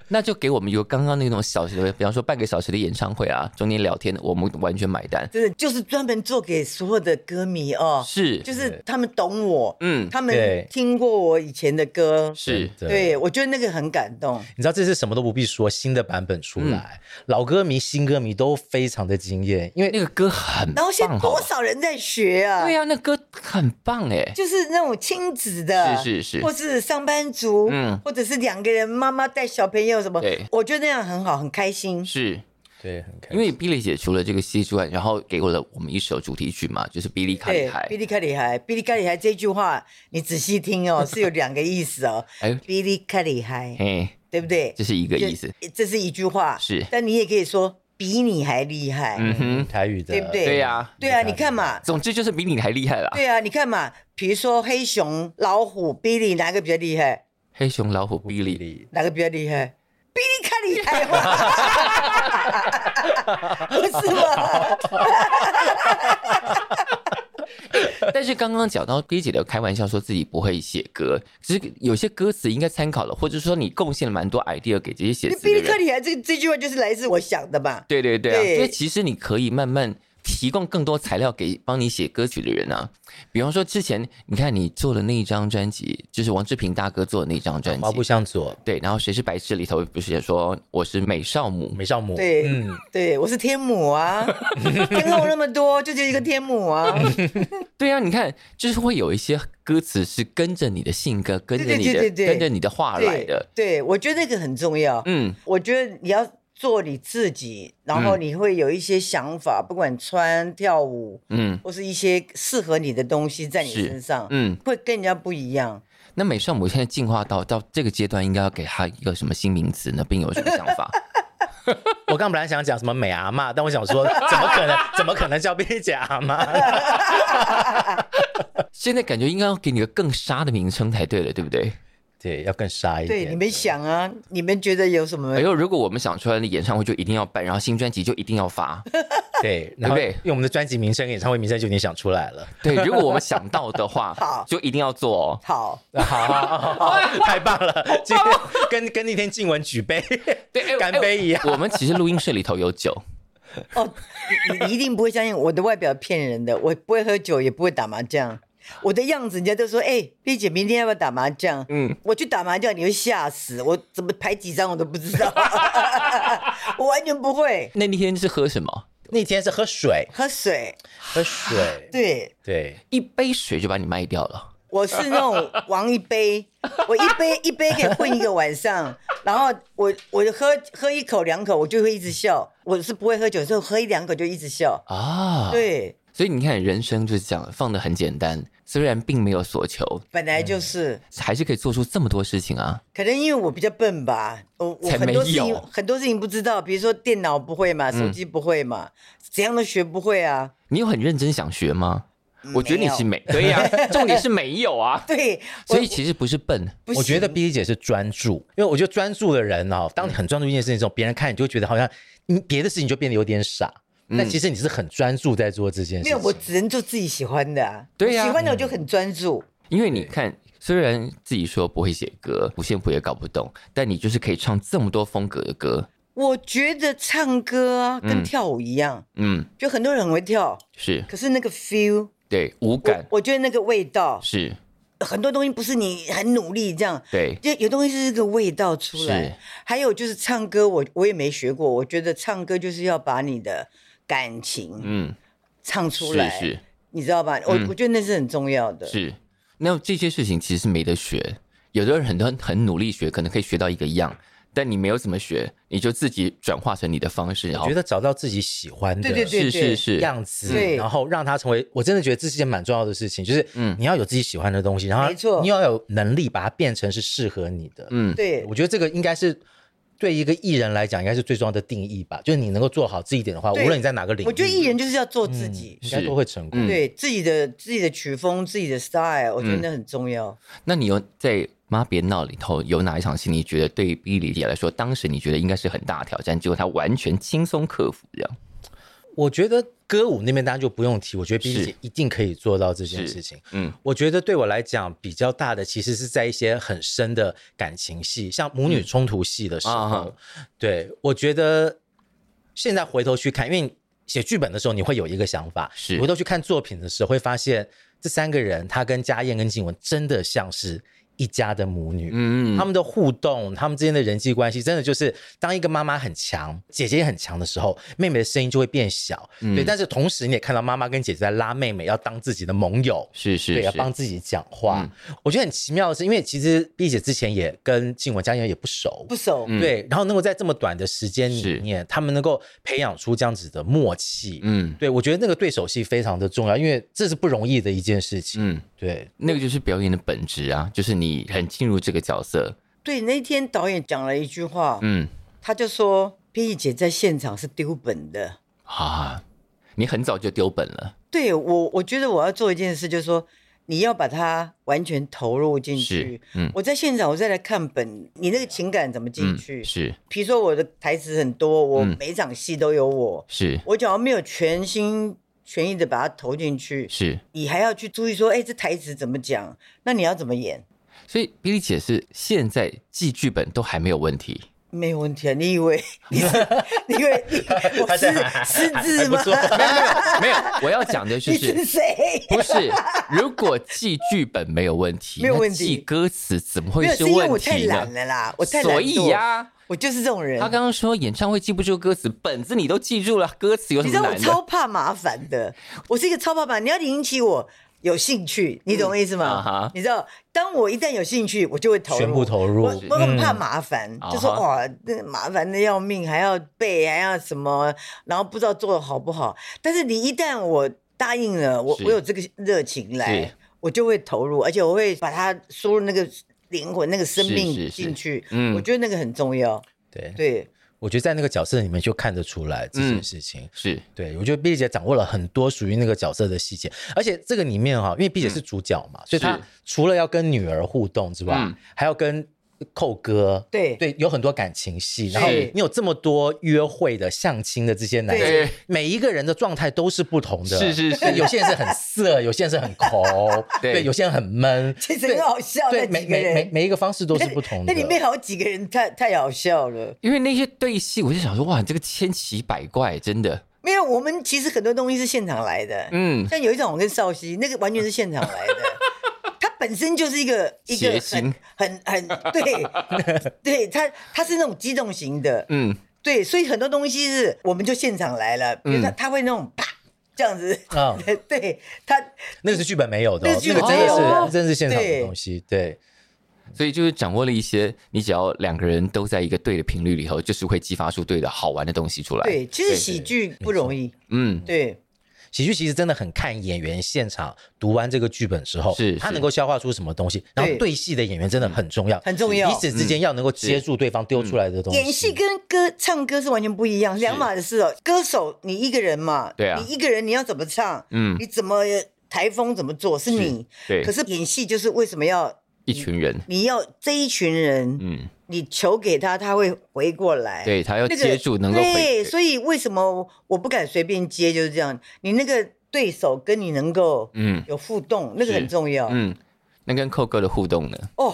那就给我们有刚刚那种小时的，比方说半个小时的演唱会啊，中间聊天，我们完全买单。
真的就是专门做给所有的歌迷哦，
是，
就是他们懂我，
嗯，
他们
对
听过我以前的歌，
是
真的
对我觉得那个很感动。
你知道这次什么都不必说，新的版本出来，
嗯
老歌迷、新歌迷都非常的惊艳，因为
那个歌很
然后现在
棒，好
多
吧？
少人在学啊？
对啊，那歌很棒哎，
就是那种亲子的，
是是是
或是上班族，
嗯
或者是两个人妈妈带小朋友什么
对，
我觉得那样很好，很开心。
是。
对，很开
因为碧丽姐除了这个戏之外，然后给我了我们一首主题曲嘛，就是《比利卡里
对
海》
哔。哩卡里海，哔哩卡里海这句话你仔细听 哦，是有两个意思哦。
哎，
哔哩卡里海，
嘿，
对不对？
这是一个意思。
这，这是一句话。
是
但你也可以说比你还厉害。
嗯哼，
台语的，
对不对
对呀，
对啊，你看嘛，
总之就是比你还厉害啦。
对啊，你看嘛，比如说黑熊、老虎、比利哪个比较厉害？
黑熊、老虎、比
比
利，
利，
哪个比较厉害？比利卡厉害吧？ 不是吗？
但是刚刚讲到 B 姐的开玩笑说自己不会写歌，其实有些歌词应该参考了，或者说你贡献了蛮多 idea 给这些写
你
词
比
的
利卡
人。
厉害这这句话就是来自我想的嘛。
对对对啊，
对
所以其实你可以慢慢提供更多材料给帮你写歌曲的人啊。比方说之前你看你做的那一张专辑，就是王志平大哥做的那张专
花
辑
步，向左，
对，然后谁是白痴里头不是也说我是美少母，
美少母，
对
嗯，
对，我是天 母啊，天后那么多，就只有一个天母啊。
嗯对啊，你看，就是会有一些歌词是跟着你的性格，跟着你的
对对对对
跟着你的话来的。
对，我觉得那个很重要。
嗯，
我觉得你要做你自己，然后你会有一些想法，不管穿跳舞
嗯
或是一些适合你的东西在你
是
身上，
嗯，
会跟人家不一样。
那美少母现在进化到到这个阶段，应该要给她一个什么新名词呢？并有什么想法？
我刚本来想讲什么美阿妈，但我想 说，怎么可能？怎么可能叫冰姐阿妈？
现在感觉应该要给你个更杀的名称才对了，对不对？
对，要更杀一点。
对，你们想啊，你们觉得有什么
哎？呦，如果我们想出来的演唱会就一定要办，然后新专辑就一定要发。
对，然后
对不对
因为我们的专辑名称、演唱会名称就已经想出来了。
对，如果我们想到的话
好，
就一定要做哦。
好，
好好好好，太棒了！今天跟跟那天静雯举杯，
对，哎
干杯一样。
我们其实录音室里头有酒，
哦，你你一定不会相信我的外表骗人的，我不会喝酒，也不会打麻将。我的样子，人家都说，哎、丽姐，明天要不要打麻将？
嗯
嗯，我去打麻将，你会吓死，我怎么排几张我都不知道， 我完全不会
那那天是喝什么？
那天是喝水，
喝水。
喝水，
对，
对，
一杯水就把你卖掉了。
我是那种王一杯，我一杯一杯可以混一个晚上，然后我我喝喝一口两口，我就会一直笑。我是不会喝酒，所以我喝一两口就一直笑。
啊，，
对，
所以你看，人生就是这样，放的很简单，虽然并没有所求，
本来就是。
还是可以做出这么多事情啊。
可能因为我比较笨吧，我我
才
很多
没
事
有嗯
情很多事情不知道，比如说电脑不会嘛，手机不会嘛，怎样都学不会啊。
你有很认真想学
嗯
吗？我觉得你是没，对呀、重点是没 有啊。
对，
所以其实不是笨，
我
我觉得 B 姐是专注，因为我觉得专注的人哦，当你很专注一件事情的时候，别人看你就会觉得好像你别的事情就变得有点傻，但其实你是很专注在做这件事
没有，我
情。
只能做自己喜欢的、啊。
对呀
喜欢的我就很专注。
因为你看，虽然自己说不会写歌，五线谱也搞不懂，但你就是可以唱这么多风格的歌。
我觉得唱歌啊，跟跳舞一样，
嗯，
就很多人很会跳，
是
可是那个 feel，
对，无
我
感
我觉得那个味道，
是，
很多东西不是你很努力这样，
对，
就有东西是这个味道出
是
来。还有就是唱歌，我我也没学过，我觉得唱歌就是要把你的感情
嗯，
唱出
是
来，
是
你知道吧？我、
嗯
我觉得那是很重要的。
是。那这些事情其实是没得学，有的人很多人很努力学，可能可以学到一个样，但你没有怎么学，你就自己转化成你的方式，然
我
后
觉得找到自己喜欢的
对对对
是是是，
样子，
对
嗯然后让它成为，我真的觉得这是件蛮重要的事情，就是
嗯
你要有自己喜欢的东西，然后
没错
你要有能力把它变成是适合你的。
嗯，
对
我觉得这个应该是对一个艺人来讲，应该是最重要的定义吧。就是你能够做好自己一点的话，无
对
论你在哪个领域，
我觉得艺人就是要做
嗯
自己，
应该都会成功。
嗯
对自己的自己的曲风、自己的 style，我觉得那很重要。
那你有在妈别闹里头有哪一场戏，你觉得对比理姐来说，当时你觉得应该是很大的挑战，结果她完全轻松克服这样？
我觉得歌舞那边当然就不用提，我觉得 B
是
姐一定可以做到这件
是
事情。
嗯
我觉得对我来讲比较大的，其实是在一些很深的感情戏，像母女冲突戏的时
嗯
候，
啊哈
对我觉得现在回头去看，因为你写剧本的时候你会有一个想法，
是
回头去看作品的时候会发现，这三个人他跟家燕跟静雯真的像是一家的母女，
嗯
他们的互动，他们之间的人际关系，真的就是当一个妈妈很强，姐姐也很强的时候，妹妹的声音就会变小。
嗯
对，但是同时你也看到妈妈跟姐姐在拉妹妹，要当自己的盟友。
是是嗯
对，要
是，
帮自己讲话。我觉得很奇妙的是，因为其实碧姐之前也跟静文家人也不熟，
不熟，
嗯
对，然后能够在这么短的时间
是
里面，他们能够培养出这样子的默契，
嗯
对我觉得那个对手戏非常的重要，因为这是不容易的一件事情。
嗯，
对，
那个就是表演的本质啊，就是你很进入这个角色，
对，那天导演讲了一句话，
嗯
他就说：“碧姐在现场是丢本的。
啊，你很早就丢本了，
对”我，我觉得我要做一件事，就是说你要把它完全投入进
是
去。
嗯
我在现场，我再来看本，你那个情感怎么进
嗯
去？
是
比如说我的台词很多，我
嗯
每一场戏都有我，
是
我只要没有全心全意的把它投进去，
是，
你还要去注意说，哎，这台词怎么讲？那你要怎么演？
所以比利姐是现在记剧本都还没有问题，
没有问题啊！你 以为你是你以为你我
他
是
现在
失智
不
吗？
错
没有，我要讲的就
你
是
是谁？
不是，如果记剧本没有问题，
没有
那
问题
记歌词怎么会
没有，
是
因为我
问
太
题
懒
呢？
了啦，我太懒惰
所以呀、
我就是这种人。
他刚刚说演唱会记不住歌词，本子你都记住了，歌词有
你
什
知道
么
我
难
超
的？
怕麻烦的，我是一个超怕麻烦。你要引起我有兴趣，你懂我意思
啊
吗？
哈
你知道，当我一旦有兴趣，我就会投入，
全部投入嗯
我我很怕麻烦，
嗯
就说
啊哈
哇，那麻烦的要命，还要背，还要什么，然后不知道做的好不好。但是你一旦我答应了，我
是
我有这个热情
是
来，我就会投入，而且我会把它输入那个灵魂、那个生
是是
命
是
进去。
嗯
我觉得那个很重要。
对，
对，
我觉得在那个角色里面就看得出来这
嗯
件事情。
是
对，我觉得 B 姐掌握了很多属于那个角色的细节，而且这个里面哈、因为 B 姐是主角嘛，所以她
嗯是
除了要跟女儿互动之外，
嗯
还要跟寇哥，
对
对，有很多感情戏，然后
是
你有这么多约会的、相亲的这些男
对
生，每一个人的状态都是不同的，
是是是
有些人是很 色，有些人是很抠，
对
有些人很 闷，
其实很好笑，
对，
那
每
几个
每每
人。
每一个方式都是不同的。
那里面好几个人太太好笑了，
因为那些对戏，我就想说，哇，这个千奇百怪，真的，
没有我们其实很多东西是现场来的，
嗯，
像有一场我跟少熙那个完全是现场来 的，他本身就是一个一个
谐星
很很很 对对，他他是那种机动型的，
嗯，
对，所以很多东西是我们就现场来了，比如他他会那种啪这样子，
嗯
对他
那个是剧本没有的、
那
哦
个，剧
那个
本
真的
没有
是真的是现场的
对
东西，对。
所以就是掌握了一些，你只要两个人都在一个对的频率里头，就是会激发出对的好玩的东西出来。
对，其实喜剧不容易，
嗯，
对，
喜剧其实真的很看演员现场读完这个剧本之后，
是
他
是
能够消化出什么东西，然后
对嗯
对戏的演员真的很重要，
很重要嗯
彼此之
嗯
间要能够接住对方丢出来的东西。
演戏跟歌唱歌是完全不一样，两码的事哦。歌手你一个人嘛，
对啊
你一个人你要怎么唱，
嗯
你怎么台风怎么做是你，
对
可是演戏就是为什么要
一群人，
你要这一群人，
嗯，
你球给他，他会回过来，
对他要
哎那个
接住，能够
对，
回，
所以为什么我不敢随便接就是这样，你那个对手跟你能够
嗯
有互动，那个
是
很重要，
嗯，那跟寇哥的互动呢？
哦。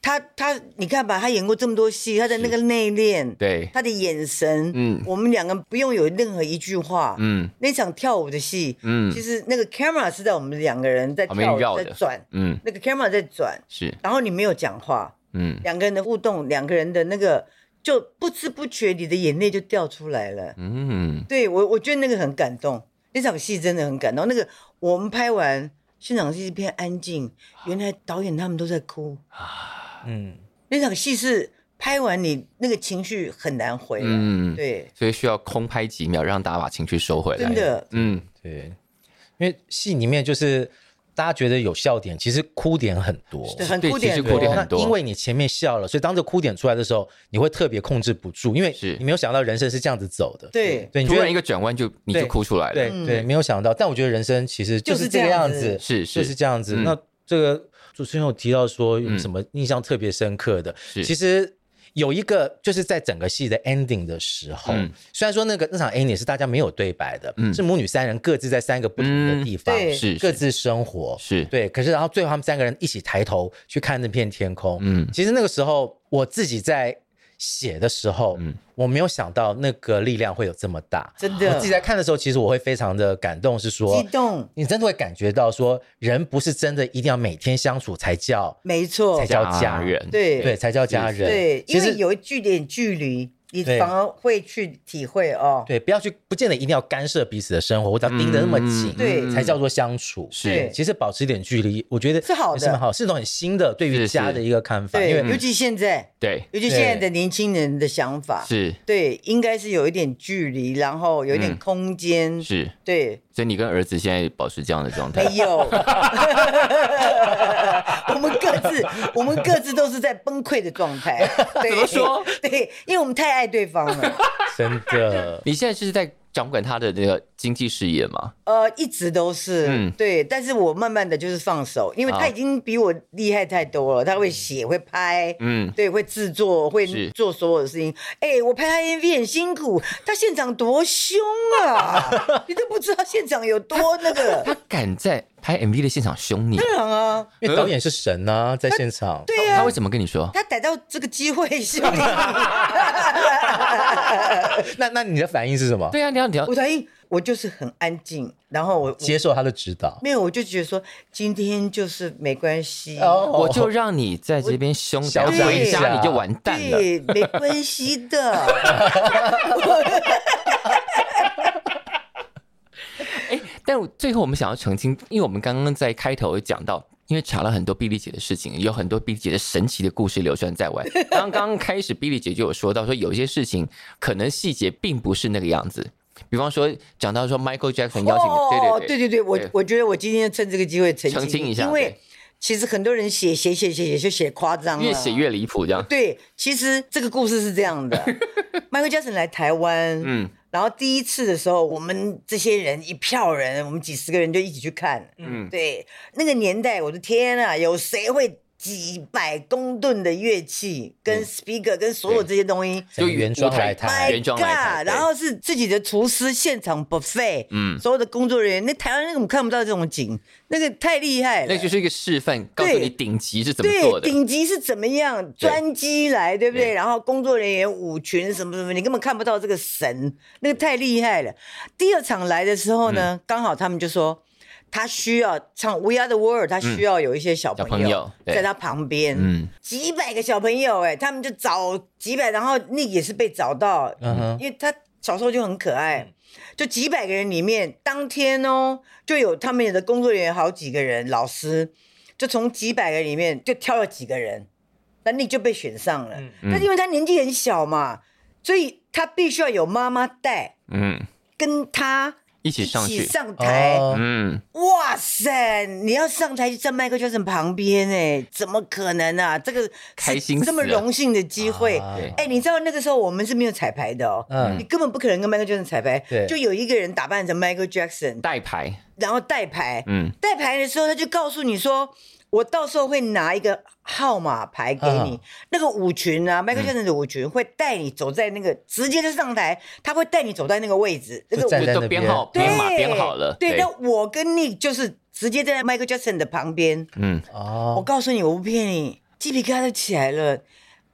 他他，你看吧，他演过这么多戏，他的那个内敛，
对，
他的眼神，
嗯
嗯，我们两个不用有任何一句话，
嗯
那场跳舞的戏，
嗯哦
其实那个 camera 是在我们两个人在
旁边
跳
绕
舞，在
的
转，
嗯，
那个 camera 在转，
是，
然后你没有讲话，
嗯
两个人的互动，两个人的那个就不知不觉你的眼泪就掉出来了。
嗯，
对我，我觉得那个很感动，那场戏真的很感动。那个我们拍完现场是一片安静，
啊
原来导演他们都在哭。
嗯，
那场戏是拍完你那个情绪很难回来，
嗯
对，
所以需要空拍几秒，让大家把情绪收回来。
真，的。
嗯，
对，因为戏里面就是大家觉得有笑点，其实哭点很多。
对，很
对
酷
其
点
实
很
酷
多，
点
那
很多
因为你前面笑了，所以当这哭点出来的时候，你会特别控制不住，因为
是
你没有想到人生是这样子走的。
对
对，你
突
觉得
然一个转弯就你就
对
哭出来了。
对对，没有想到。但我觉得人生其实
嗯就是是
这个
这样
样
子
子，
是是
就是这样子。
嗯
那这个主持人有提到说有
嗯
什么印象特别深刻的，
是
其实。有一个就是在整个戏的 ending 的时候，
嗯
虽然说那个那场 ending 是大家没有对白的，
嗯
是母女三人各自在三个不同的地方，
嗯对
是是
各自生活，
是
对。可是然后最后他们三个人一起抬头去看那片天空，
嗯
其实那个时候我自己在写的时候，嗯，我没有想到那个力量会有这么大。
真
我
的
自己在看的时候，其实我会非常的感动，是说
激动，
你真的会感觉到说，人不是真的一定要每天相处才叫
没错
才，叫
家
家
人，
对
对，才叫家人。
对，
其
因为
实
有一句点距离，你
对
反而会去体会哦。
对，不要去，不见得一定要干涉彼此的生活，我只要盯得那么紧，
对
才叫做相处。
嗯是
其实保持一点距离，我觉得
是好的
也是蛮好，是一种很新的对于
是
家
是
的一个看法。因
对，
为嗯
尤其现在，
对，
尤其现在的年轻人的想法，
是
对，应该是有一点距离，然后有一点
嗯
空间，
是，
对，
所以你跟儿子现在保持这样的状态
没，有， 我们各自，我们各自都是在崩溃的状态。对
怎么说？
对，因为我们太爱对方了，
真 的
你现在是在掌管他的那个经济事业吗？
呃，一直都是、
嗯
对，但是我慢慢的就是放手，因为
好
他已经比我厉害太多了，他会写，会拍。
嗯，
对，会制作，会
是
做所有的事情。哎、我拍他 MV 很辛苦，他现场多凶 啊！你都不知道现场有多那个。
他敢在拍 MV 的现场凶你，
当然啊，
因为导演是神啊，在现场。
对呀、
他会怎么跟你说？
他逮到这个机会是你，
那那你的反应是什么？
对啊，你要你要
我答应，我就是很安静，然后我
接受他的指导。
没有，我就觉得说今天就是没关系，
哦
我就让你在这边凶，
我
等下
嚣张
一
回家
下
你就完蛋了。
对，没关系的。
哎，但我最后我们想要澄清，因为我们刚刚在开头有讲到，因为查了很多碧丽姐的事情，有很多碧丽姐的神奇的故事流传 在外。刚刚开始，碧丽姐就有说到说，有一些事情可能细节并不是那个样子。比方说，讲到说 Michael Jackson 邀请你，对
哦，对
对
对对，我
对
我觉得我今天趁这个机会澄
澄清一下
因为
对
其实很多人写写写写写就写夸张了，
越写越离谱这样。
对，其实这个故事是 这样的，Michael Jackson 来台湾，
嗯
嗯，然后第一次的时候，我们这些人一票人，我们几十个人就一起去看，
嗯
嗯，对，那个年代，我的天啊，有谁会几百公吨的乐器
嗯
跟 speaker 跟所有这些东西？
整个原装来
舞台
台
My
原装来台
God！然后是自己的厨师现场 buffet，
嗯
嗯，所有的工作人员，那台湾那个我们看不到这种景，那个太厉害了，
那就是一个示范，告诉
对
你顶级是怎么做的。
对，顶级是怎么样？专机来，对不对？
对
然后工作人员舞群什么什么，你根本看不到这个神，那个太厉害了。第二场来的时候呢，
嗯
刚好他们就说他需要唱《We Are the World》，他需要有一些小
嗯小朋友对
在他旁边，
嗯
几百个小朋友、哎，他们就找几百，然后那也是被找到，
嗯哼，
因为他小时候就很可爱，就几百个人里面，当天哦，就有他们的工作人员好几个人，老师就从几百个里面就挑了几个人，那你就被选上了。
嗯
但是因为他年纪很小嘛，所以他必须要有妈妈带，
嗯，
跟他
一起
一
上
起
去。
上台。
哦
嗯，
哇塞！你要上台去站麦克 a 森旁边哎、怎么可能啊？这个是
开心死
这么
了
荣幸的机会，
啊
对
哎、你知道那个时候我们是没有彩排的哦，
嗯
你根本不可能跟 Michael Jackson 彩排
对，
就有一个人打扮成 Michael Jackson，
带牌。
然后带牌，
嗯，
带牌的时候他就告诉你说，我到时候会拿一个号码牌给你，
嗯
啊
那个舞群啊，Michael Jackson 的舞群会带你走在那个直接就上台，他会带你走在那个位置，那个
站
舞
在那
就都
边
编号
对
编码编好了。
对，那我跟你就是直接在 Michael Jackson 的旁边，
嗯，
我
哦，
告诉你，我不骗你，鸡皮疙瘩都起来了。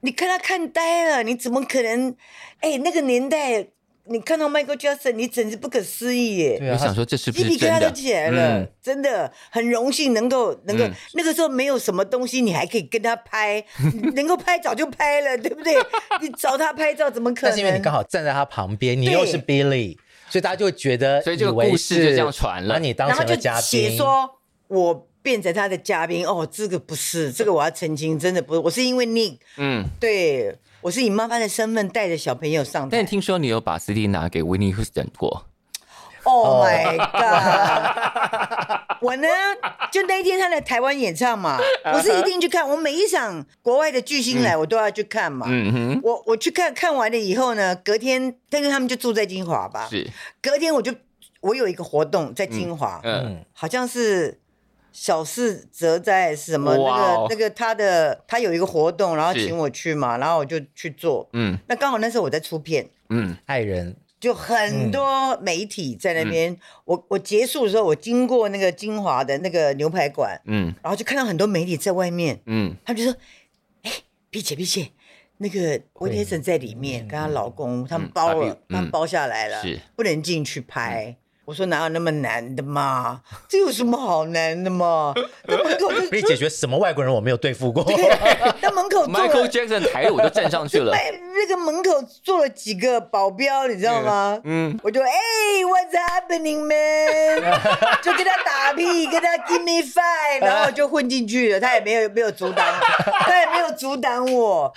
你看他看呆了，你怎么可能？哎，那个年代，你看到 Michael Jackson，你简直不可思议耶！
对
我
啊，
想
他
说这是不
鸡
是
皮疙
真
瘩
的
都？起来了，
嗯
真的很荣幸能够能够、
嗯
那个时候没有什么东西，你还可以跟他拍， 能够拍早就拍了，对不对？你找他拍照怎么可能？
但是因为你刚好站在他旁边，你
对
又是 Billy，所以大家就会觉得，
所以这个
以为
故事
是
就这样传了
把你当
然后
成
就
了嘉
写
宾。
说我变成他的嘉宾哦，这个不是，这个我要澄清，真的不是，我是因为 Nick
嗯，
对，我是以妈妈的身份带着小朋友上
但
台。
听说你有把 CD 拿给 Winnie Houston 过，
Oh my god！我呢，就那一天他来台湾演 唱嘛，我是一定去看。我每一场国外的巨星来，我都要去看嘛。
嗯哼，
我我去看看完了以后呢，隔天，但是他们就住在金华吧。
是，
隔天我就我有一个活动在金华，
嗯，
好像是小四哲在什么
哇
那
哦
个那个他的他有一个活动，然后
是
请我去嘛，然后我就去做。
嗯
那刚好那时候我在出片，
嗯，
爱人
就很多媒体在那
嗯
边。我我结束的时候，我经过那个金华的那个牛排馆，
嗯
然后就看到很多媒体在外面，
嗯，
他们就说：“哎、碧姐，碧姐，那个温铁省在里面，跟她老公他们包了，
把
他
嗯
们包下来了，
是嗯
不能进去拍。我说哪有那么难的嘛？这有什么好难的嘛？在门 口就
被解决什么外国人我没有对付过，
在门口坐
Michael
了，
Jackson 的台舞都站上去 了，
哎，那个门口坐了几个保镖，你知道吗？
嗯，
我就哎、What's happening, man？就跟他打屁，跟他 Give me five，然后我就混进去了，他也没有没有阻挡，他也没有阻挡我。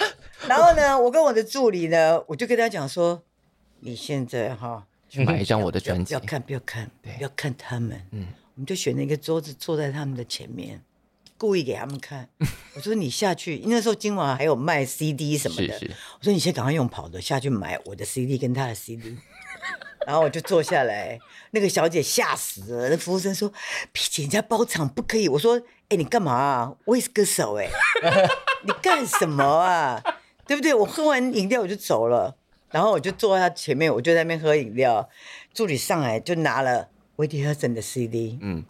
然后呢，我跟我的助理呢，我就跟他讲说，你现在哈
去买一张我的专
不
辑
要，看，不要看，
对
不要看他们。
嗯
我们就选了一个桌子坐在他们的前面，故意给他们 看。我说你下去，那时候今晚还有卖 CD 什么
是
的。
是，
我说你先赶快用跑的下去买我的 CD 跟他的 CD。然后我就坐下来，那个小姐吓死了。那服务生说：“皮姐，人家包场不可以。”我说：“哎、你干嘛、啊？我也是歌手哎、 你干什么啊？对不对？我喝完饮料我就走了，然后我就坐在他前面，我就在那边喝饮料。助理上来就拿了维迪赫森的 CD，
嗯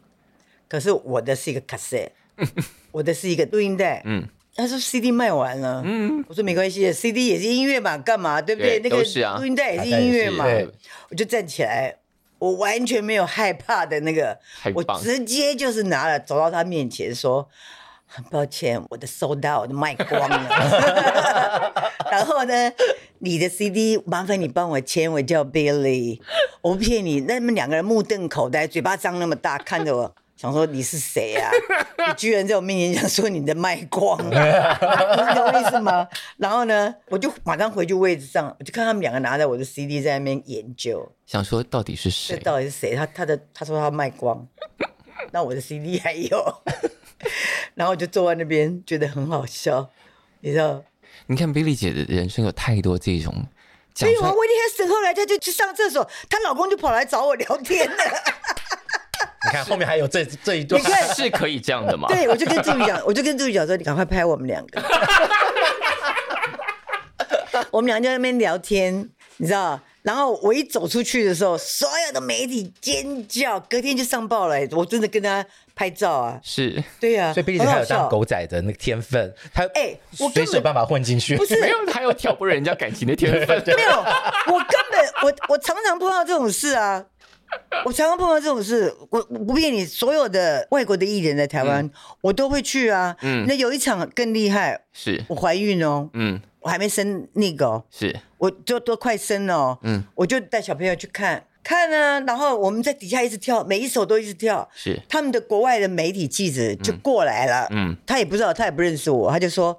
可是我的是一个 cassette，我的是一个录音带，
嗯
他说 CD 卖完了，
嗯，
我说没关系，CD 也是音乐嘛，干嘛对不对？
对
那个
都是啊
录音带也是音乐
卡
嘛
带也是对，
我就站起来，我完全没有害怕的那个
太，
我
棒
直接就是拿了走到他面前说。很抱歉，我的收到，我的卖光了。 然后呢，你的 CD 麻烦你帮我签，我叫 Billy，我不骗你。那么两个人目瞪口呆，嘴巴张那么大，看着我，想说你是谁啊？你居然在我面前讲说你的卖光了。你懂我意思吗？然后呢，我就马上回去位置上，我就看他们两个拿着我的 CD 在那边研究，
想说到底是
这
谁？
到底是谁？他他的他说他卖光， 那我的 CD 还有， 然后我就坐在那边，觉得很好笑，你知道？
你看 Billy 姐的人生有太多这种讲
没有
出
啊，
来，
威廉斯后来他就去上厕所，她老公就跑来找我聊天了。
你看后面还有这这一段
你，看
是可以这样的 吗？
对，我就跟助理讲，我就跟助理讲说，你赶快拍我们 两个。我们俩就在那边聊天，你知道？然后我一走出去的时候，所有的媒体尖叫，隔天就上报了、我真的跟他拍照啊，
是
对呀、啊，
所以毕竟
很
他
好
有当
笑。
狗仔的那个天分，他
哎我根
随
本
时有办法混进去，
不是
没有，还有挑拨人家感情的天 分。
没有，我根本我我常常碰到这种事啊，我常常碰到这种事，我我不骗你，所有的外国的艺人来台湾，我都会去啊。
嗯
那有一场更厉害，
是，
我怀孕哦，
嗯，
我还没生那个、哦，
是，
我就都快生了、哦，
嗯
我就带小朋友去看看啊，然后我们在底下一直跳，每一首都一直跳。
是，
他们的国外的媒体记者就过来了，
嗯嗯
他也不知道，他也不认识我，他就说：“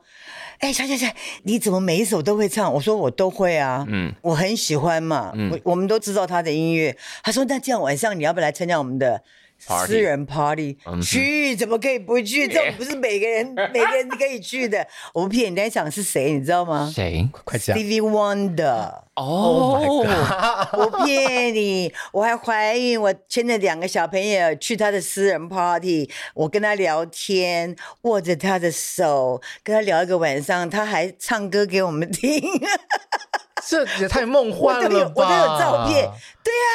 哎、小小小，你怎么每一首都会唱？”我说：“我都会啊，
嗯，
我很喜欢嘛，我我们都知道他的音乐。”他说：“那这样晚上你要不要来参加我们的？”
Party
私人 party
嗯哼
去怎么可以不去？这种不是每个人 每个人可以去的。我不骗你，那一场是谁你知道吗？
谁？
快讲 Oh
Stevie Wonder，
哦、
Oh 我骗你，我还怀孕，我牵着两个小朋友去他的私人 party，我跟他聊天，握着他的手，跟他聊一个晚上，他还唱歌给我们听，
这也太梦
我
幻
都有
了吧！
我都有照片，对啊，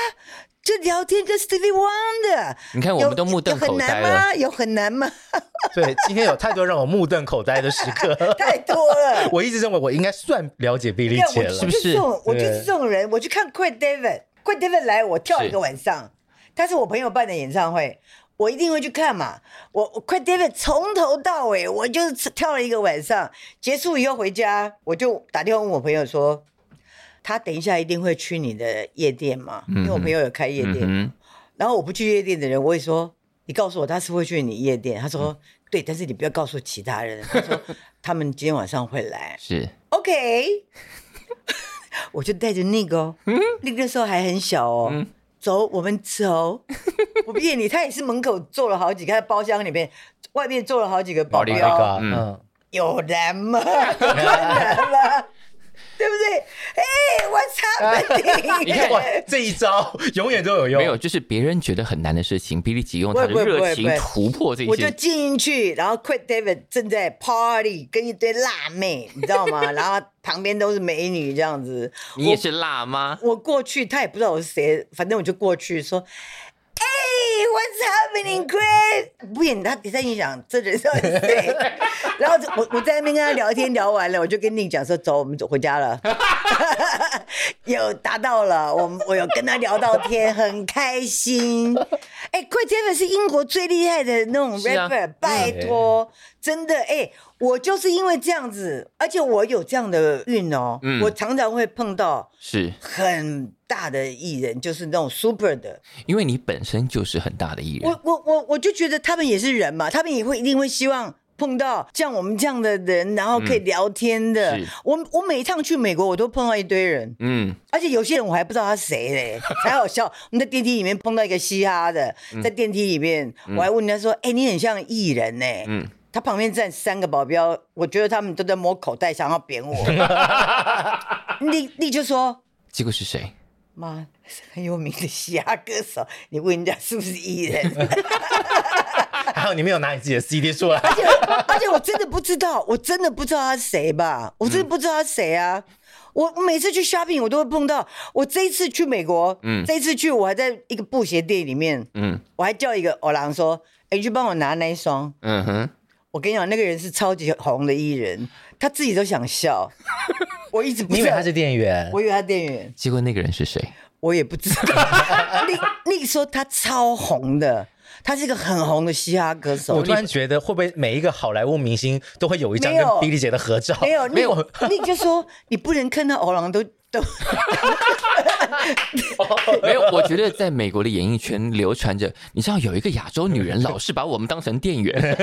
就聊天跟 Stevie Wonder，
你看我
有
们都目瞪口呆
有很难
了。
吗？有很难吗？。
对，今天有太多让我目瞪口呆的时刻
太多了。
我一直认为我应该算了解比利
看，
姐
我
了 Oh
不
就是是这种，我就是
对
这种人。我去看 Queen David，Queen David 来我跳一个晚上，他是我朋友办的演唱会，我一定会去看嘛。我我 Queen David 从头到尾我就是跳了一个晚上，结束以后回家，我就打电话问我朋友说，他等一下一定会去你的夜店嘛，因为我朋友有开夜店。
嗯
然后我不去夜店的人，我会说你告诉我他是会去你夜店，他说、对，但是你不要告诉其他人，他说 他们今天晚上会来
哼，。是
OK，我就带着那个、哦，那个时候还很小哦。
嗯
走，我们走。我骗你，他也是门口坐了好几个，他的包厢里面，外面坐了好几个保
保
那
镖
镖。
个，嗯，
有 人吗？有困难吗？对不对？哎、我操！
你看
哇，这一招永远都有用。
没有，就是别人觉得很难的事情，比利姐用她
不会
的
不会
热情
不会
突破这
我就
些。
进去，然后 Quit David 正在 party，跟一堆辣妹，你知道 吗？然后旁边都是美女这样子。
你也是辣妈，
我过去，他也不知道我是谁，反正我就过去说：“哎、 what's happening, Chris？不演他也在影响这人到底是谁？ 然后我我在那边跟他聊天，聊完了，我就跟你讲说，走，我们走回家了。 有达到了，我们我有跟他聊到天，很开心。哎、q u i s Evans 是英国最厉害的那种
是啊
rapper，、拜托，真的哎、我就是因为这样子，而且我有这样的运哦，
嗯
我常常会碰到
是
很大的艺人，就是那种 super 的，
因为你本身就是很大的艺人
我，我我我就觉得他们也是人嘛，他们也会一定会希望碰到像我们这样的人，然后可以聊天的。
嗯是
我我每一趟去美国，我都碰到一堆人，
嗯，
而且有些人我还不知道他谁 嘞，才好笑。我们在电梯里面碰到一个嘻哈的，
嗯
在电梯里面，我还问他说：“哎、你很像艺人呢、
嗯
他旁边站三个保镖，我觉得他们都在摸口袋，想要扁 我。你你就说
这个是谁？
妈，很有名的嘻哈歌手，你问人家是不是艺 人？
还好你没有拿你自己的 CD 出来。
而且而且我真的不知道，我真的不知道他是谁吧，我
嗯
真的不知道他是谁啊。我每次去 shopping，我都会碰到。我这一次去美国，
嗯
这一次去我还在一个布鞋店里面，
嗯
我还叫一个欧郎说：“哎、你去帮我拿那一双。
嗯哼，”
我跟你讲，那个人是超级红的艺人，他自己都 想笑。我一直 不
你以
知
为
道
他，是店员？
我以为他店员，
结果那个人是谁？
我也不 知道。那那说他超红的，他是一个很红的嘻哈歌手。
我突然觉得，会不会每一个好莱坞明星都会有一张
没
跟
有
b i 姐的合照？
没有，
没
没
有
有，，你就说你不能看到欧郎都都，哦
没有，我觉得在美国的演艺圈流传着，你知道有一个亚洲女人老是把我们当成店员，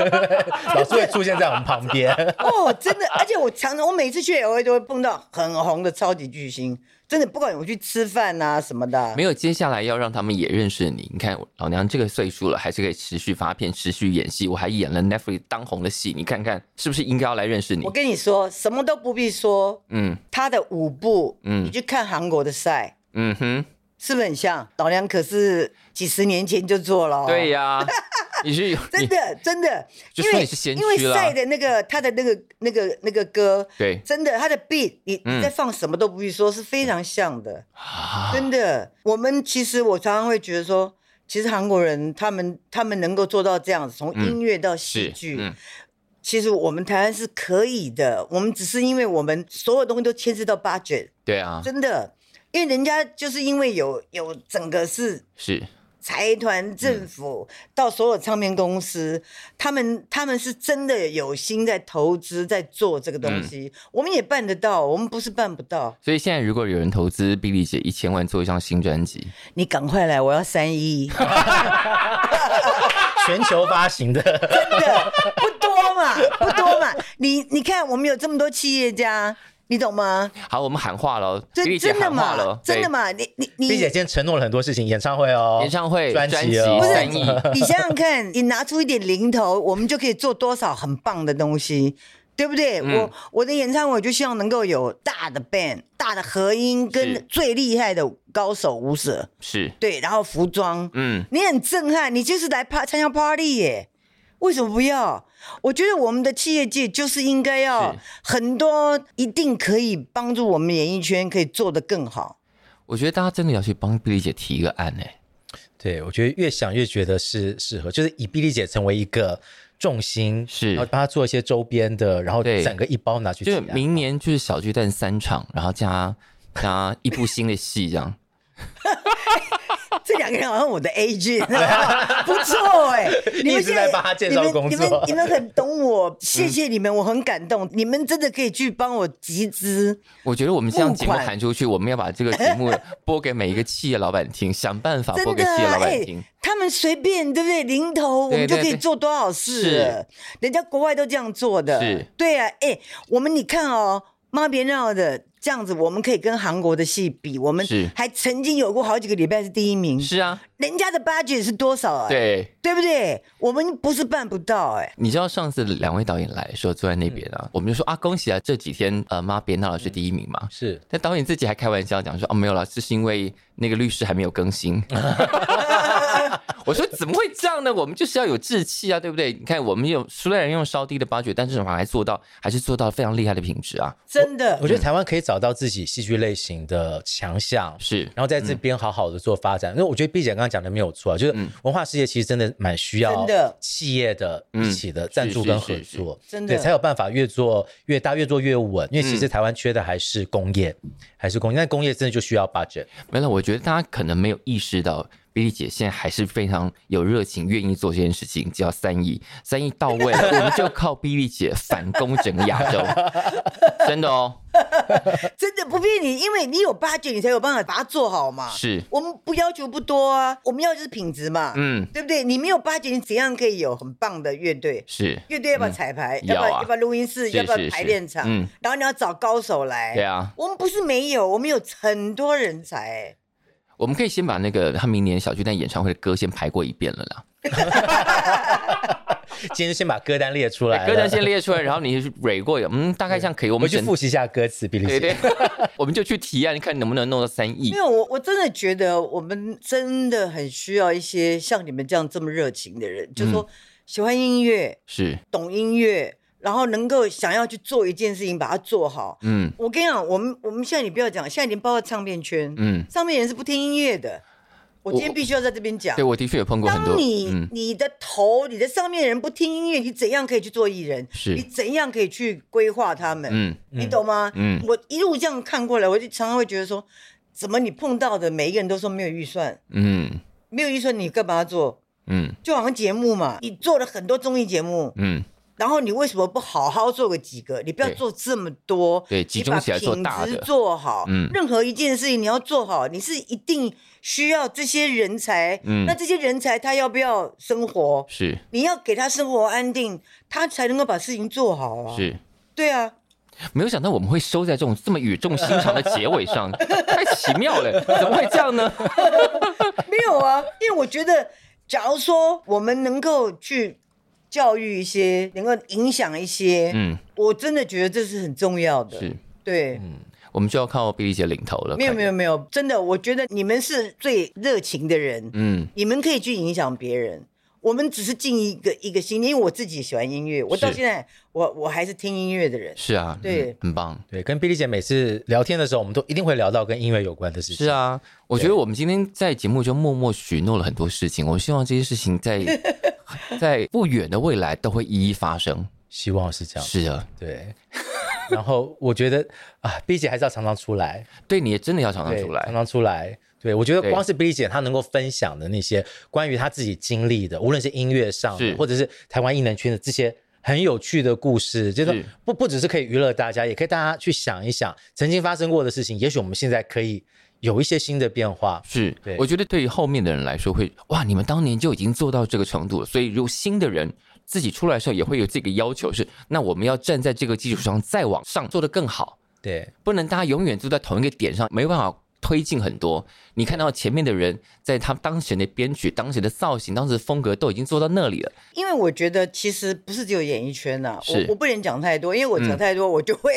老是会出现在我们旁边。
哦，真的，而且我常常我每次去 L A 都会碰到很红的超级巨星，真的，不管我去吃饭啊什么的
没，有，接下来要让他们也认识你。你看老娘这个岁数了，还是可以持续发片、持续演戏，我还演了 Netflix 当红的戏，你看看是不是应该要来认识你
我？跟你说，什么都不必说，
嗯
他的舞步，
嗯
嗯，你去看韩国的赛。
嗯哼，
是不是很像？老娘可是几十年前就做了、哦，
对呀、 你是
真
你
的真的，
就
因
说
为
你是先驱
因为
啦
赛的那个他的那个那个那个歌，
对
真的他的 beat，你
嗯
你在放什么都不必说，是非常像的。
啊，
真的，我们其实我常常会觉得说，其实韩国人他们他们能够做到这样子，从音乐到戏
是
剧，
嗯
其实我们台湾是可以的。我们只是因为我们所有东西都牵涉到 budget，
对啊，
真的，因为人家就是因为有有整个是
是
财团、
嗯
政府、到所有唱片公司，他们他们是真的有心在投资，在做这个
嗯
东西，我们也办得到，我们不是办不到。
所以现在如果有人投资碧丽姐一千万做一张新专辑，
你赶快来，我要三一。
全球发行的，
真的不多嘛，不多嘛。你你看，我们有这么多企业家，你懂吗？
好，我们喊话了，碧
真
丽姐
真的
喊话了
嘛，，真
对
的嘛，你你 你
b i 姐今天承诺了很多事情，演唱会哦，
演唱会
专
专
辑
辑
哦，
不是
三亿
你想想看，你拿出一点零头，我们就可以做多少很棒的东西。对不对？
嗯
我我的演唱会我就希望能够有大的 band、大的合音
是
跟最厉害的高手舞者，
是，
对，然后服装，
嗯，
你很震撼，你就是来趴参加 party 耶，为什么不要？我觉得我们的企业界就是应该要
是
很多，一定可以帮助我们演艺圈可以做得更好。
我觉得大家真的要去帮碧丽姐提一个案哎、
对，我觉得越想越觉得是适合，就是以碧丽姐成为一个重心，
是
然后帮她做一些周边的，然后
对
整个一包拿去啊
就是
起来
明年就是小巨蛋三场，然后加加一部新的戏这样。
这两个人好像我的 agent，不错 哎、你们
一直
现
在
在
帮他介绍工作
你们你们你们很懂我，谢谢你们，我很感动，你们真的可以去帮我集资。
我觉得我们这样节目
募款
喊出去，我们要把这个节目播给每一个企业老板听，想办法播
真
给
的
企业
啊，
老板听。
他们随便对不对？零头我
对
们就
对
可以
对
做多少事了人家国外都这样做的。
是
对啊，哎、我们你看哦，妈别闹的这样子，我们可以跟韩国的戏比，我们
是
还曾经有过好几个礼拜是第一名，
是啊，
人家的 budget 是多少啊？，
对。
对不对？我们不是办不到哎、
你知道上次两位导演来的时候坐在那边啊，我们就说啊恭喜啊，这几天呃妈别闹了是第一名嘛。
是
嗯
但导演自己还开玩笑讲说哦没有啦，这是因为那个律师还没有更新。我说怎么会这样呢？我们就是要有志气啊，对不对？你看，我们有虽然用稍低的八掘，但是我们还做到，还是做到非常厉害的品质啊。
真的
我觉得台湾可以找到自己戏剧类型的强项，
是
然后在这边
嗯
好好的做发展。因为我觉得碧姐刚刚讲的没有错啊，就是文化事业其实真的蛮需要
真的
企业的
嗯
一起的赞助
是
跟
是
合
是是
作，
真
对
的
才有办法越做越大，越做越稳。因为其实
嗯
台湾缺的还是工业，还是工业，但工业真的就需要 budget。
没了，我觉得大家可能没有意识到，比利姐现在还是非常有热情，愿意做这件事情，只要三亿，三亿到位，我们就靠比利姐反攻整个亚洲，真的哦，
真的不骗你，因为你有八卷，你才有办法把它做好嘛。
是，
我们不要求不多啊，我们要就是品质嘛，
嗯，
对不对？你没有八卷，你怎样可以有很棒的乐队？
是，
乐队要不要彩排？
嗯
要不
要
要
啊
要不要录音室？
是
要不
是
要排
是
练场？
嗯
然后你要找高手来。
对啊，
我们不是没有，我们有很多人才、
我们可以先把那个他明年小巨蛋演唱会的歌先排过一遍了啦，
今天就先把歌单列出来了，
哎歌单先列出来，然后你蕊过，嗯，大概这样可以，我
回
们
去
整
复习一下歌词，碧丽
对
姐
对， 我们就去提案，看能不能弄到三亿
没。有，我我真的觉得我们真的很需要一些像你们这样这么热情的人，
嗯
就说喜欢音乐、
是，
懂音乐，然后能够想要去做一件事情，把它做好。
嗯
我跟你讲，我们我们现在你不要讲，现在已经包括唱片圈，
嗯，
上面人是不听音乐的。我今天
我
必须要在这边讲
对，我的确有碰过很多
当，你、
嗯，
你的头、你的上面人不听音乐，你怎样可以去做艺人？
是
你怎样可以去规划他们？
嗯
你懂吗？
嗯
我一路这样看过来，我就常常会觉得说，怎么你碰到的每一个人都说没有预算，
嗯
没有预算你干嘛做？
嗯
就好像节目嘛，你做了很多综艺节目，
嗯，
然后你为什么不好好做个几个？你不要
对
做这么多，
对
你
集中起来做大的
把品质做好。
嗯
任何一件事情你要做好，你是一定需要这些人才。
嗯
那这些人才他要不要生活？
是
你要给他生活安定，他才能够把事情做好啊。，
是。
对啊，
没有想到我们会收在这种这么语重心长的结尾上，太奇妙了，怎么会这样呢？
没有啊，因为我觉得，假如说我们能够去教育一些，能够影响一些，
嗯，
我真的觉得这是很重要的。
是，
对，
我们就要靠比利姐领头了。
没有没
有，
有没有，真的，我觉得你们是最热情的人，
嗯，
你们可以去影响别人。我们只是尽一个一个心，因为我自己喜欢音乐，我到
是
现在我我还是听音乐的人。
是啊，
对
嗯很棒。
对，跟碧丽姐每次聊天的时候，我们都一定会聊到跟音乐有关的事情。
是，啊，我觉得我们今天在节目中默默许诺了很多事情，我希望这些事 情在在不远的未来都会一一发生。
希望是这样。
是啊，
对。然后我觉得啊，B 姐还是要常常出来，
对你也真的要常常
对，
出
常
来，
常出来。对我觉得
对
光是 B 姐她能够分享的那些关于她自己经历的，无论是音乐上的
是
或者是台湾艺能圈的这些很有趣的故事，就是
是
不不只是可以娱乐大家，也可以大家去想一想曾经发生过的事情，也许我们现在可以有一些新的变化。
是
对，
我觉得对于后面的人来说会，哇，你们当年就已经做到这个程度了，所以如果新的人自己出来的时候也会有这个要求是，那我们要站在这个基础上再往上做得更好，
对，
不能大家永远都在同一个点上，没办法推进很多。你看到前面的人在他当时的编曲、当时的造型、当时的风格都已经做到那里了，
因为我觉得其实不是只有演艺圈呐、
是嗯
我我不能讲太多，因为我讲太多，我 就会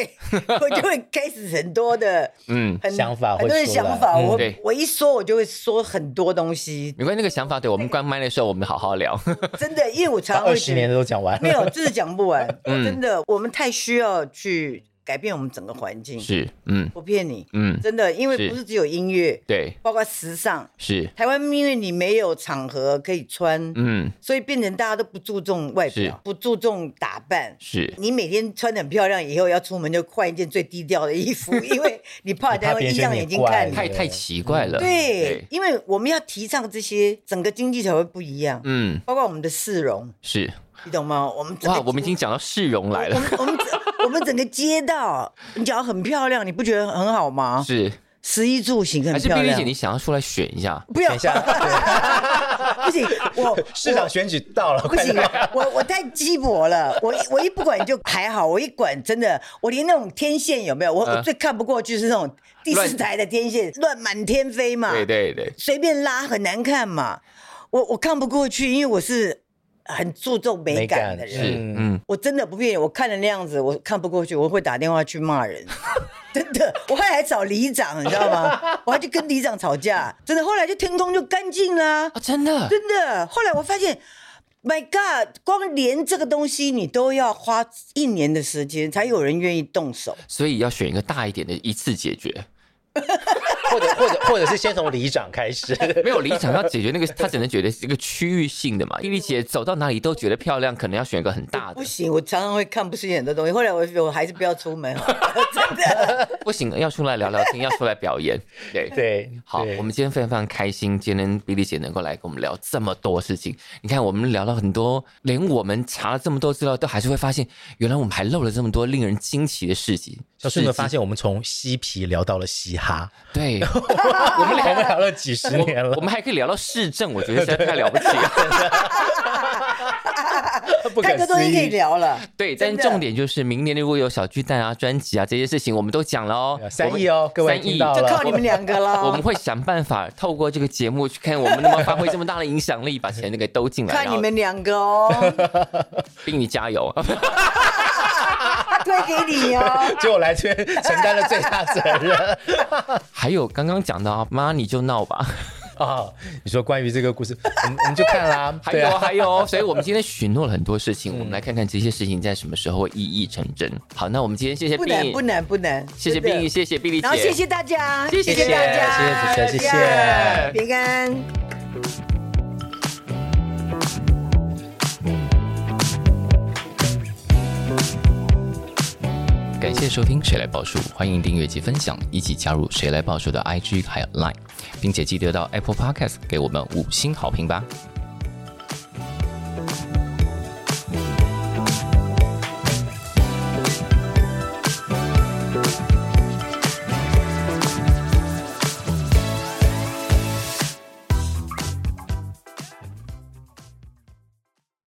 我就会开始很多的
嗯。
很
想法
很多
会
的
出来
想法。
嗯
我
对
我一说，我就会说很多东西，
没关系，那个想法对我们关麦的时候，我们好好聊。
真的，因为我常
把
常
二
会
十
觉
年
得
的都讲完
没
了，
有，真的讲不完。
嗯
真的，我们太需要去改变我们整个环 境。
是，嗯
不骗你，
嗯，
真的，因为
是
不是只有音乐，
对，
包括时尚。
是，
台湾因为你没有场合可以穿，
嗯
所以变成大家都不注重外
是
表，不注重打扮。
是，
你每天穿的很漂亮，以后要出门就换一件最低调的衣服，因为 你怕人家会异样眼睛看你
你怕别人觉得你。
太太奇怪了。
对，，因为我们要提倡这些，整个经济才会不一样，
嗯，
包括我们的市容，
是。
你懂吗？我们整个
哇，我们已经讲到市容来
我
了，
们我们整我们整个街道，你只要很漂亮，你不觉得很好吗？
是
食衣住行哦很
还是
漂
碧丽
亮
姐，。你想要出来选一下？
不要
等一 下，对
不行， 我
市长选举到了，
不行，啊我我太鸡婆了，我我一不管就还好，我一管真的，我连那种天线有没有，我、
嗯
我最看不过去是那种第四台的天线乱满天飞嘛，
对对对，
随便拉很难看嘛，我我看不过去，因为我是很注重美感的
美感
人。
是，
嗯
嗯，
我真的不骗你，我看了那样子，我看不过去，我会打电话去骂人。真的，我后来还找里长，你知道吗？ 我还去跟里长吵架，真的，后来就天空就干净啦、
啊，真的，
真的。后来我发现，My God，光连这个东西你都要花一年的时间，才有人愿意动手。
所以要选一个大一点的，一次解决。
或者或者或者是先从里长开 始，
没有理想要解决那个，他只能觉得是一个区域性的嘛。丽丽姐走到哪里都觉得漂亮，可能要选一个很大的
不，行，我常常会看不顺眼很多东西。后来我我还是不要出门好了，真的。
不行，要出来聊聊天，要出来表演。对，
对，
好，
对
我们今天非常非常开心，今天比利姐能够来跟我们聊这么多事情。你看，我们聊了很多，连我们查了这么多资料，都还是会发现，原来我们还漏了这么多令人惊奇的事情。
小叔有没有发现我们从嬉皮聊到了嘻 哈？
对，
我们两个聊了几十年了
我，们还可以聊到市政，我觉得实在太了不起了。
不
太多
可
东
思
西可以
议。
聊了，
对，但
真的
重点就是明年如果有小巨蛋啊、专辑啊这些事情，我们都讲了哦。
三亿哦，各位
三亿
听到
好
了，
就靠你们两个
我们。我
了
们。会想办法透过这个节目去看我们能不能发挥这么大的影响力，把钱给兜进来。
看你，们两个哦，
并你加油。
他推给你哦。
结果来这边承担了最大责任
还有刚刚讲的啊，妈你就闹 吧。
啊！你说关于这个故事，我们我们就看啦。
还
对
有
啊，
还有，所以我们今天许诺了很多事情，
嗯
我们来看看这些事情在什么时候会一一成真。好，那我们今天谢谢
不
碧
难不
丽，
难不难，
谢谢碧
真的
丽，谢谢碧丽姐，
然后谢谢大家，
谢谢
谢大家，
谢谢主持人谢谢
大家平安。
感谢收听《谁来报数》，欢迎订阅及分享，一起加入《谁来报数》的 IG 还有 Line，并且记得到 Apple Podcast 给我们五星好评吧。